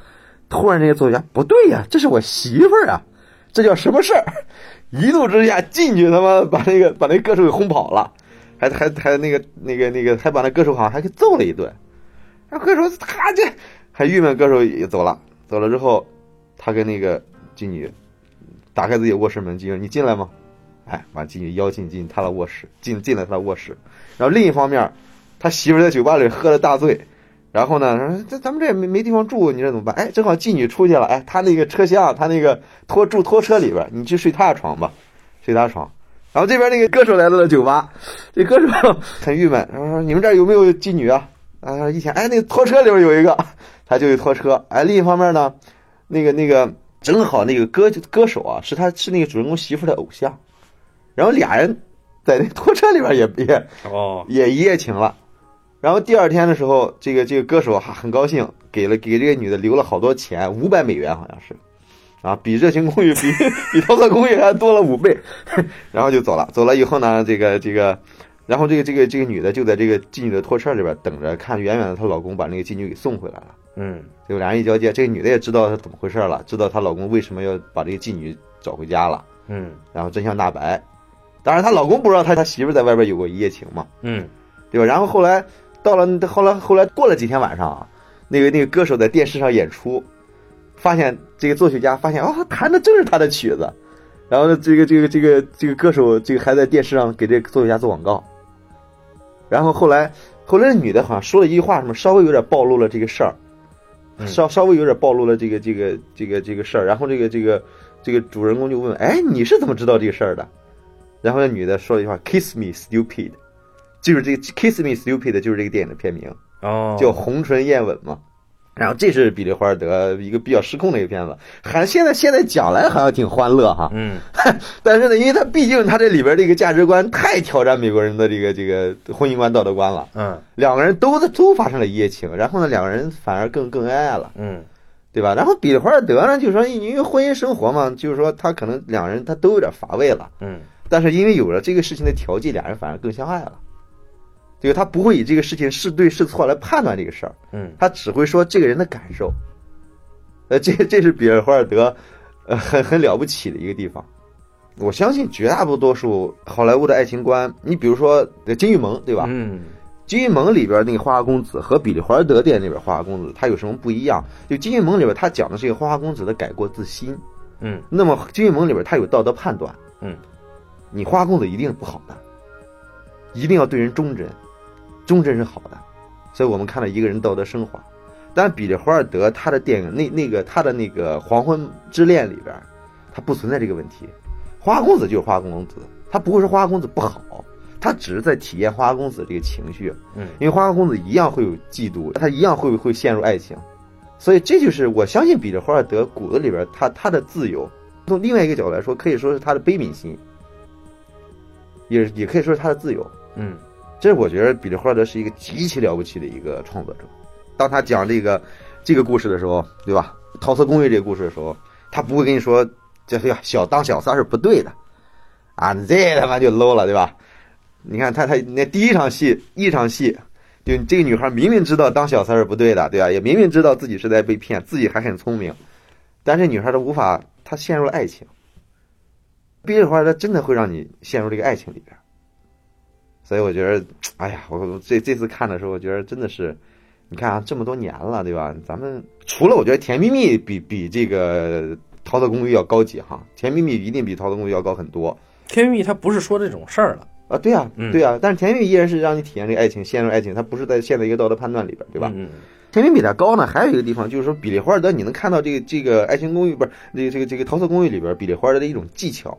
S2: 突然这个作曲家不对呀、这是我媳妇儿啊，这叫什么事儿？一怒之下进去他妈把那个把那歌手给轰跑了，还还还那个那个那个还把那歌手好像还给揍了一顿。然后歌手他这还郁闷，歌手也走了，走了之后，他跟那个妓女打开自己的卧室门，妓女你进来吗？哎，把妓女邀请进他的卧室，进进了他的卧室。然后另一方面，他媳妇儿在酒吧里喝了大醉，然后呢，说这咱们这也没没地方住，你这怎么办？哎，正好妓女出去了，哎，他那个车厢，他那个拖住拖车里边，你去睡他的床吧，睡他床。然后这边那个歌手来到了酒吧，这歌手很郁闷，然后说你们这儿有没有妓女啊？啊，一想，哎，那个拖车里边有一个， 他就去拖车。哎，另一方面呢，那个那个正好那个歌歌手啊，是他是那个主人公媳妇的偶像。然后俩人在那拖车里边也 也
S1: 哦
S2: 也一夜情了。然后第二天的时候，这个这个歌手哈、很高兴，给了给这个女的留了好多钱，五百美元好像是，啊，比《热情公寓》 比比《桃色公寓》还多了五倍。 然后就走了，走了以后呢，这个这个，然后这个这个这个女的就在这个妓女的拖车里边等着，看远远的她老公把那个妓女给送回来了。
S1: 嗯
S2: 就俩人一交接，这个女的也知道她怎么回事了，知道她老公为什么要把这个妓女找回家了。
S1: 嗯
S2: 然后真相大白。当然，她老公不知道她她媳妇儿在外边有过一夜情嘛，
S1: 嗯
S2: 对吧？然后后来到了后来后来过了几天晚上啊，那个那个歌手在电视上演出，发现这个作曲家发现哦，弹的正是他的曲子，然后呢，这个这个这个这个歌手这个还在电视上给这个作曲家做广告，然后后来后来那女的好像说了一句话，什么稍微有点暴露了这个事儿，
S1: 嗯
S2: 稍稍微有点暴露了这个这个这个这个事儿，然后这个这个这个主人公就问，哎，你是怎么知道这个事儿的？然后那女的说了一句话，kiss me stupid，就是这个 kiss me stupid 就是这个电影的片名。
S1: 哦，
S2: 叫《红唇艳吻》嘛。然后这是比利华尔德一个比较失控的一个片子，还现在现在讲来好像挺欢乐哈，
S1: 嗯
S2: 但是呢，因为他毕竟他这里边这个价值观太挑战美国人的这个这个婚姻观道德观了，
S1: 嗯
S2: 两个人都都发生了一夜情，然后呢，两个人反而更更恩爱了，
S1: 嗯
S2: 对吧？然后比利华尔德呢，就是说因为婚姻生活嘛，就是说他可能两人他都有点乏味了，
S1: 嗯
S2: 但是因为有了这个事情的调剂，俩人反而更相爱了，这个他不会以这个事情是对是错来判断这个事儿。
S1: 嗯
S2: 他只会说这个人的感受。呃，这 这是比尔霍尔德，呃，很很了不起的一个地方。我相信绝大多数好莱坞的爱情观，你比如说呃金玉盟，对吧？
S1: 嗯
S2: 金玉盟里边那个花花公子和比利华尔德电影里边花花公子，他有什么不一样？就金玉盟里边他讲的是一个花花公子的改过自新，
S1: 嗯
S2: 那么金玉盟里边他有道德判断，
S1: 嗯，
S2: 你花花公子一定不好的，一定要对人忠贞，忠贞是好的，所以我们看到一个人道德升华。但比利华尔德他的电影那那个他的那个《黄昏之恋》里边，他不存在这个问题，花花公子就是花花公子，他不会说花花公子不好，他只是在体验花花公子这个情绪，
S1: 嗯
S2: 因为花花公子一样会有嫉妒，他一样会会陷入爱情，所以这就是我相信彼得·霍尔德骨子里边他他的自由，从另外一个角度来说，可以说是他的悲悯心，也也可以说是他的自由。
S1: 嗯
S2: 这是我觉得彼得·霍尔德是一个极其了不起的一个创作者。当他讲这个这个故事的时候，对吧？《桃色公寓》这个故事的时候，他不会跟你说这哎呀小当小三是不对的啊，你这他妈就 low 了，对吧？你看他他那第一场戏，一场戏，就这个女孩明明知道当小三是不对的，对吧？也明明知道自己是在被骗，自己还很聪明，但是女孩她无法，她陷入了爱情。彼得·霍尔德真的会让你陷入这个爱情里边。所以我觉得，哎呀，我我这这次看的时候，我觉得真的是，你看啊，这么多年了，对吧？咱们除了我觉得《甜蜜蜜》比比这个《桃色公寓》要高级哈，《甜蜜蜜》一定比《桃色公寓》要高很多
S1: 天蜜它不是说这种事儿了，
S2: 啊。对啊，
S1: 嗯
S2: 对啊，但是《甜蜜蜜》依然是让你体验这个爱情，陷入爱情，它不是在陷在一个道德判断里边，对吧？
S1: 嗯
S2: 甜蜜比它高呢，还有一个地方就是说，比利华尔德你能看到这个这个《爱情公寓》不是这个这个这个《桃色公寓》里边比利华尔德的一种技巧。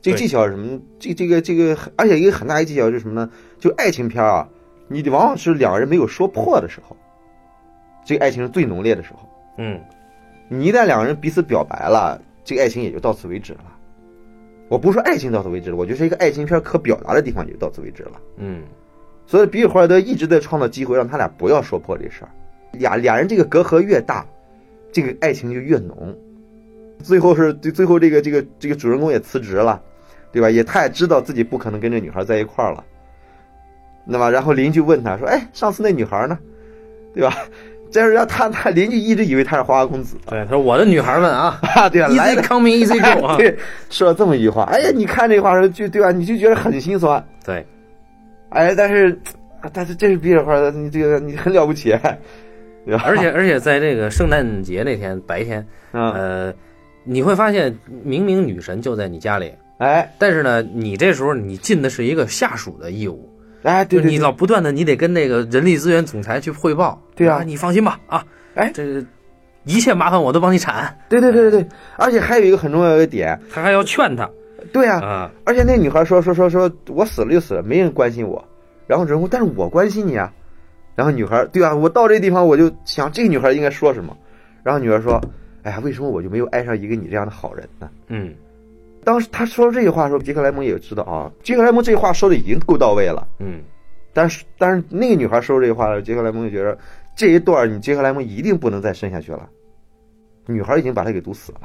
S2: 这个
S1: 对
S2: 技巧是什么？这这个这个，而且一个很大一个技巧就是什么呢？就爱情片啊，你往往是两个人没有说破的时候，这个爱情是最浓烈的时候。
S1: 嗯
S2: 你一旦两个人彼此表白了，这个爱情也就到此为止了。我不是说爱情到此为止了，我觉得是一个爱情片可表达的地方也就到此为止了。
S1: 嗯
S2: 所以比尔·霍尔德一直在创造机会，让他俩不要说破这事儿。俩俩人这个隔阂越大，这个爱情就越浓。最后是最最后这个这个这个主人公也辞职了，对吧？也他也知道自己不可能跟这女孩在一块儿了。那么，然后邻居问他说：“哎，上次那女孩呢？对吧？”这是让他他邻居一直以为他是花花公子
S1: 对，他说我的女孩们啊
S2: 啊，对吧？来
S1: ，easy
S2: 的
S1: coming easy go 啊，
S2: 对， 说了这么一句话，哎呀，你看这话说就对吧？你就觉得很心酸。
S1: 对，
S2: 哎，但是，但是这是比尔花的，你这个你很了不起，啊对吧？
S1: 而 且而且在这个圣诞节那天白天，
S2: 嗯，
S1: 呃，你会发现明明女神就在你家里，
S2: 哎，
S1: 但是呢，你这时候你尽的是一个下属的义务，
S2: 哎，对
S1: 就是
S2: 对
S1: 你
S2: 对，
S1: 老不断的，你得跟那个人力资源总裁去汇报。
S2: 对啊
S1: 你放心吧，啊，
S2: 哎
S1: 这个一切麻烦我都帮你铲。
S2: 对对对对对，而且还有一个很重要的点，
S1: 他还要劝他
S2: 对啊，
S1: 啊，
S2: 而且那女孩说说说说，我死了就死了，没人关心我。然后主人公，但是我关心你啊。然后女孩，对啊，我到这地方我就想，这个女孩应该说什么？然后女孩说，哎呀，为什么我就没有爱上一个你这样的好人呢？
S1: 嗯
S2: 当时他说这句话的时候，杰克莱蒙也知道啊，杰克莱蒙这话说的已经够到位了。
S1: 嗯
S2: 但是但是那个女孩说出这话了，杰克莱蒙就觉得这一段儿你杰克莱蒙一定不能再深下去了。女孩已经把他给毒死了，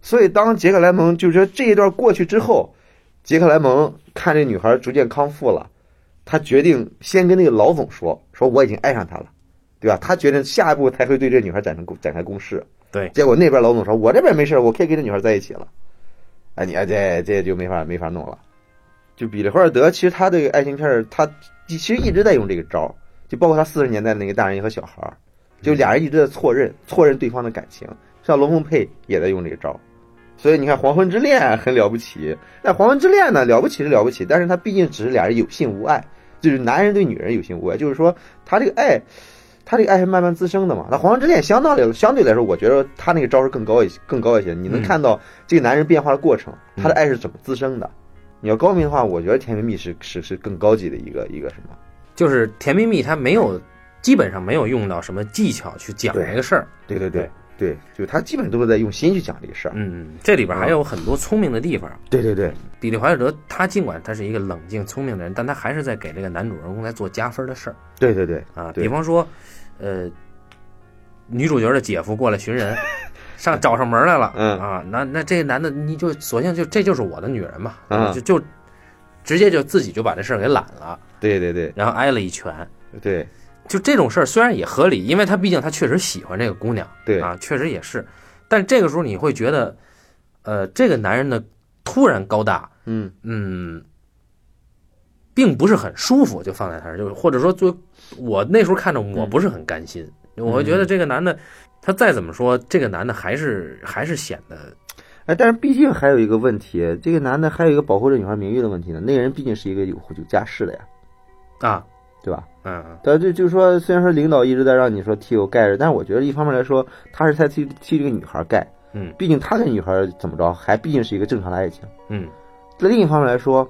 S2: 所以当杰克莱蒙就觉得这一段过去之后，杰克莱蒙看这女孩逐渐康复了，他决定先跟那个老总说，说我已经爱上她了，对吧？他决定下一步才会对这女孩展开展开攻势。
S1: 对
S2: 结果那边老总说，我这边没事儿，我可以跟这女孩在一起了。哎，你哎这这就没法没法弄了。就比利·霍尔德，其实他这个爱情片儿，他其实一直在用这个招儿，就包括他四十年代那个大人与和小孩儿，就俩人一直在错认，错认对方的感情。像龙凤配也在用这个招儿，所以你看《黄昏之恋》 很了不起，但《黄昏之恋》呢了不起是了不起，但是它毕竟只是俩人有性无爱，就是男人对女人有性无爱，就是说他这个爱，他这个爱是慢慢滋生的嘛。那《黄昏之恋》相当来相对来说，我觉得他那个招是更高一些，更高一些，你能看到这个男人变化的过程，他的爱是怎么滋生的。你要高明的话，我觉得《甜蜜蜜》是是是更高级的一个一个什么？
S1: 就是甜蜜蜜，它没有基本上没有用到什么技巧去讲这个事儿。
S2: 对对对对，就他基本都是在用心去讲这个事儿。
S1: 嗯，这里边还有很多聪明的地方。
S2: 对对对，
S1: 比利怀尔德他尽管他是一个冷静聪明的人，但他还是在给这个男主人公在做加分的事儿
S2: 对对对，
S1: 啊。
S2: 对
S1: 比方说，呃，女主角的姐夫过来寻人， 上找上门来了，
S2: 嗯
S1: 啊，那那这男的你就索性就这就是我的女人嘛，
S2: 嗯
S1: 就就直接就自己就把这事儿给揽了，
S2: 对对对
S1: 然后挨了一拳。
S2: 对
S1: 就这种事儿虽然也合理，因为他毕竟他确实喜欢这个姑娘，
S2: 对
S1: 啊，确实也是。但这个时候你会觉得，呃，这个男人的突然高大，
S2: 嗯
S1: 嗯，并不是很舒服，就放在那儿，就是或者说，就我那时候看着我不是很甘心，我会觉
S2: 嗯
S1: 得这个男的，他再怎么说，这个男的还是还是显得
S2: 哎，但是毕竟还有一个问题，这个男的还有一个保护这女孩名誉的问题呢。那个人毕竟是一个有有家室的呀，
S1: 啊，
S2: 对吧？
S1: 嗯，
S2: 但这就是说，虽然说领导一直在让你说替我盖着，但是我觉得一方面来说，他是在替替这个女孩盖，
S1: 嗯
S2: 毕竟他跟女孩怎么着，还毕竟是一个正常的爱情。
S1: 嗯
S2: 在另一方面来说，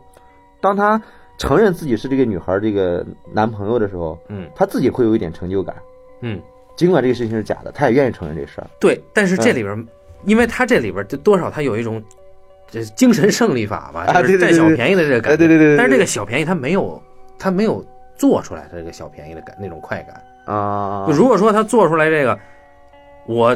S2: 当他承认自己是这个女孩这个男朋友的时候，
S1: 嗯
S2: 他自己会有一点成就感，
S1: 嗯，
S2: 尽管这个事情是假的，他也愿意承认这事儿。
S1: 对。但是
S2: 嗯
S1: 这里边，因为他这里边就多少他有一种。这精神胜利法吧，
S2: 啊
S1: 就是占
S2: 对对对
S1: 小
S2: 对哎
S1: 便宜的这个感觉。
S2: 对对
S1: 但是这个小便宜他没有，他没有做出来他这个小便宜的感那种快感。
S2: 个啊，
S1: 就如果说他做出来这个，我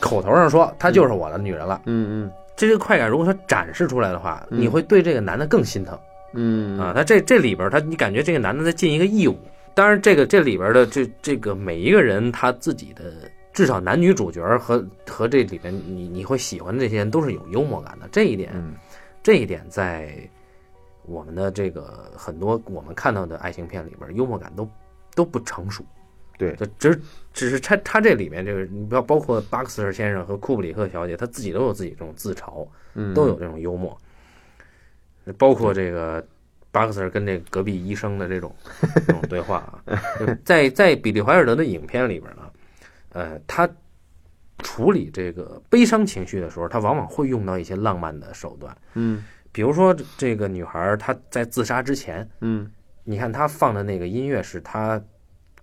S1: 口头上说她就是我的女人了，
S2: 嗯
S1: 这个快感如果他展示出来的话，
S2: 嗯
S1: 你会对这个男的更心疼
S2: 嗯嗯
S1: 啊。他这这里边儿他你感觉这个男的在尽一个义务。当然，这个这里边儿的这这个每一个人他自己的。至少男女主角儿和和这里边你你会喜欢的这些人都是有幽默感的，这一点
S2: 嗯
S1: 这一点在我们的这个很多我们看到的爱情片里边，幽默感都都不成熟。
S2: 对
S1: 就只只是他他这里面这个，你不要包括巴克斯特先生和库布里克小姐，他自己都有自己这种自嘲，
S2: 嗯
S1: 都有这种幽默，包括这个。巴克斯特跟这隔壁医生的这 种这种对话啊，就在在比利怀尔德的影片里边呢，呃，他处理这个悲伤情绪的时候，他往往会用到一些浪漫的手段，
S2: 嗯
S1: 比如说这个女孩儿她在自杀之前，
S2: 嗯
S1: 你看她放的那个音乐是她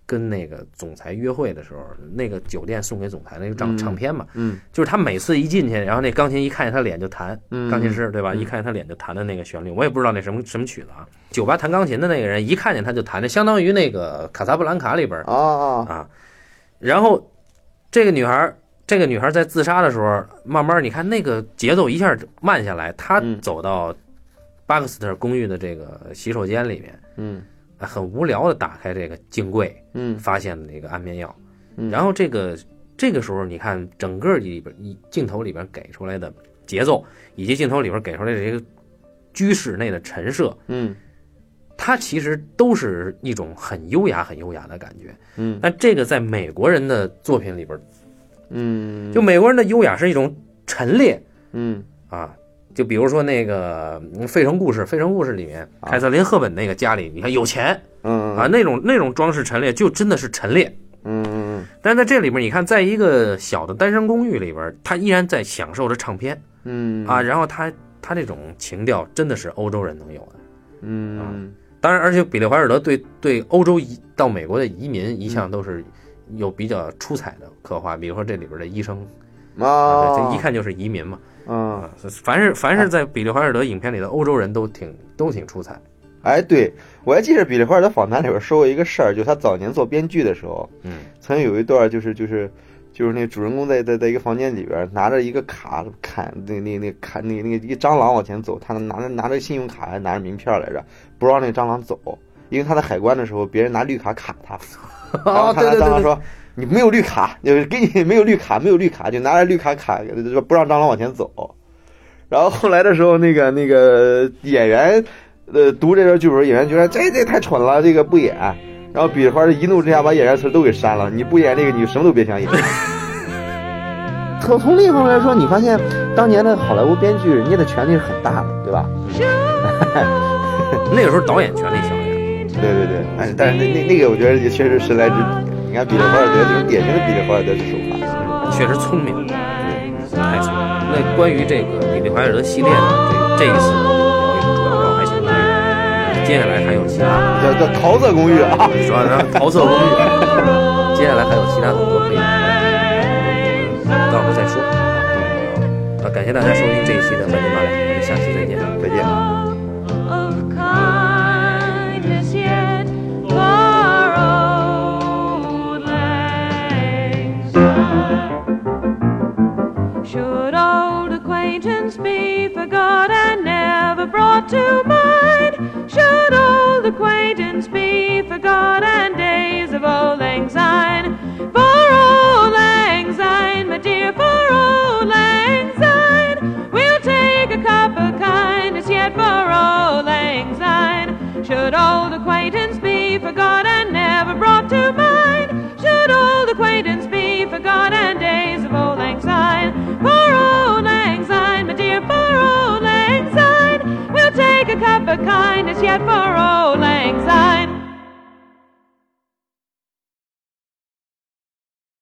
S1: 跟那个总裁约会的时候，那个酒店送给总裁那个唱
S2: 嗯
S1: 唱片嘛，
S2: 嗯
S1: 就是她每次一进去，然后那钢琴一看见她脸就弹，
S2: 嗯，
S1: 钢琴师对吧？一看见她脸就弹的那个旋律，我也不知道那什么什么曲子啊。酒吧弹钢琴的那个人一看见她就弹，这相当于那个卡萨布兰卡里边儿
S2: 啊啊，
S1: 啊。然后这个女孩儿，这个女孩儿在自杀的时候，慢慢你看那个节奏一下慢下来，她
S2: 嗯
S1: 走到巴克斯特公寓的这个洗手间里面，
S2: 嗯
S1: 呃很无聊的打开这个镜柜，
S2: 嗯
S1: 发现了这个安眠药。
S2: 嗯
S1: 然后这个这个时候，你看整个里边一镜头里边给出来的节奏，以及镜头里边给出来的这个居室内的陈设。
S2: 嗯
S1: 它其实都是一种很优雅、很优雅的感觉，
S2: 嗯
S1: 但这个在美国人的作品里边
S2: 嗯，
S1: 就美国人的优雅是一种陈列
S2: 嗯
S1: 啊。就比如说那个嗯《费城故事》，《费城故事》里面
S2: 啊
S1: 凯瑟琳·赫本那个家里，你看有钱
S2: 嗯
S1: 啊，那种那种装饰陈列就真的是陈列。
S2: 嗯嗯
S1: 但是在这里面，你看，在一个小的单身公寓里边，他依然在享受着唱片
S2: 嗯
S1: 啊，然后他他这种情调真的是欧洲人能有的。
S2: 嗯
S1: 当然，而且比利怀尔德对对欧洲移到美国的移民一向都是有比较出彩的刻画，比如说这里边的医生啊，对
S2: 啊，
S1: 这一看就是移民嘛。
S2: 嗯，
S1: 啊，凡是凡是在比利怀尔德影片里的欧洲人都挺都挺出彩。
S2: 哎，对我还记得比利怀尔的访谈里边说过一个事儿，就是他早年做编剧的时候，
S1: 嗯
S2: 曾经有一段就是就是。就是那主人公在在在一个房间里边拿着一个卡砍那那那砍那那个一蟑螂往前走，他拿着拿着信用卡还拿着名片来着，不让那蟑螂走，因为他在海关的时候别人拿绿卡卡他，然后他拿蟑螂说：“你没有绿卡，就是给你没有绿卡，没有绿卡，就拿着绿卡卡，就不让蟑螂往前走。”然后后来的时候，那个那个演员，呃，读这段剧本，演员觉得这这太蠢了，这个不演。然后比花一怒之下把演员词都给删了，你不演这个，你什么都别想演。从从另一方面来说，你发现当年的好莱坞编剧，人家的权力是很大的，对吧？
S1: 那个时候导演权力小一点，
S2: 对对对，哎，但是那那那个我觉得也确实神来之笔。你看彼得·华尔德这种典型的彼得·华尔德式手法，
S1: 确实聪明，
S2: 对，
S1: 太聪明。那关于这个《比利怀尔德》系列呢，这这一次我们聊一个主要聊《还行公寓》，呃接下来还有其他的。
S2: 叫叫桃色公寓啊，
S1: 主要咱桃色公寓，接下来还有其他很多可以聊的，我们到时候再说。啊，感谢大家收听这一期的半斤八两，我们下期再见。
S2: 再见。
S3: Of kindness yet borrowed lang syne. Should old acquaintance be forgot and never brought to mind? Should old acquaintance be forgot and days of old lang syne? For old lang syne, my dear, for old lang syne, we'll take a cup of kindness yet for old lang syne. Should old acquaintance be forgot and never brought to mind? Should old acquaintance be forgot and days of old lang syne? For old lang syne, my dear, for old lang syne, we'll take a cup of kindness yet for old lang syne.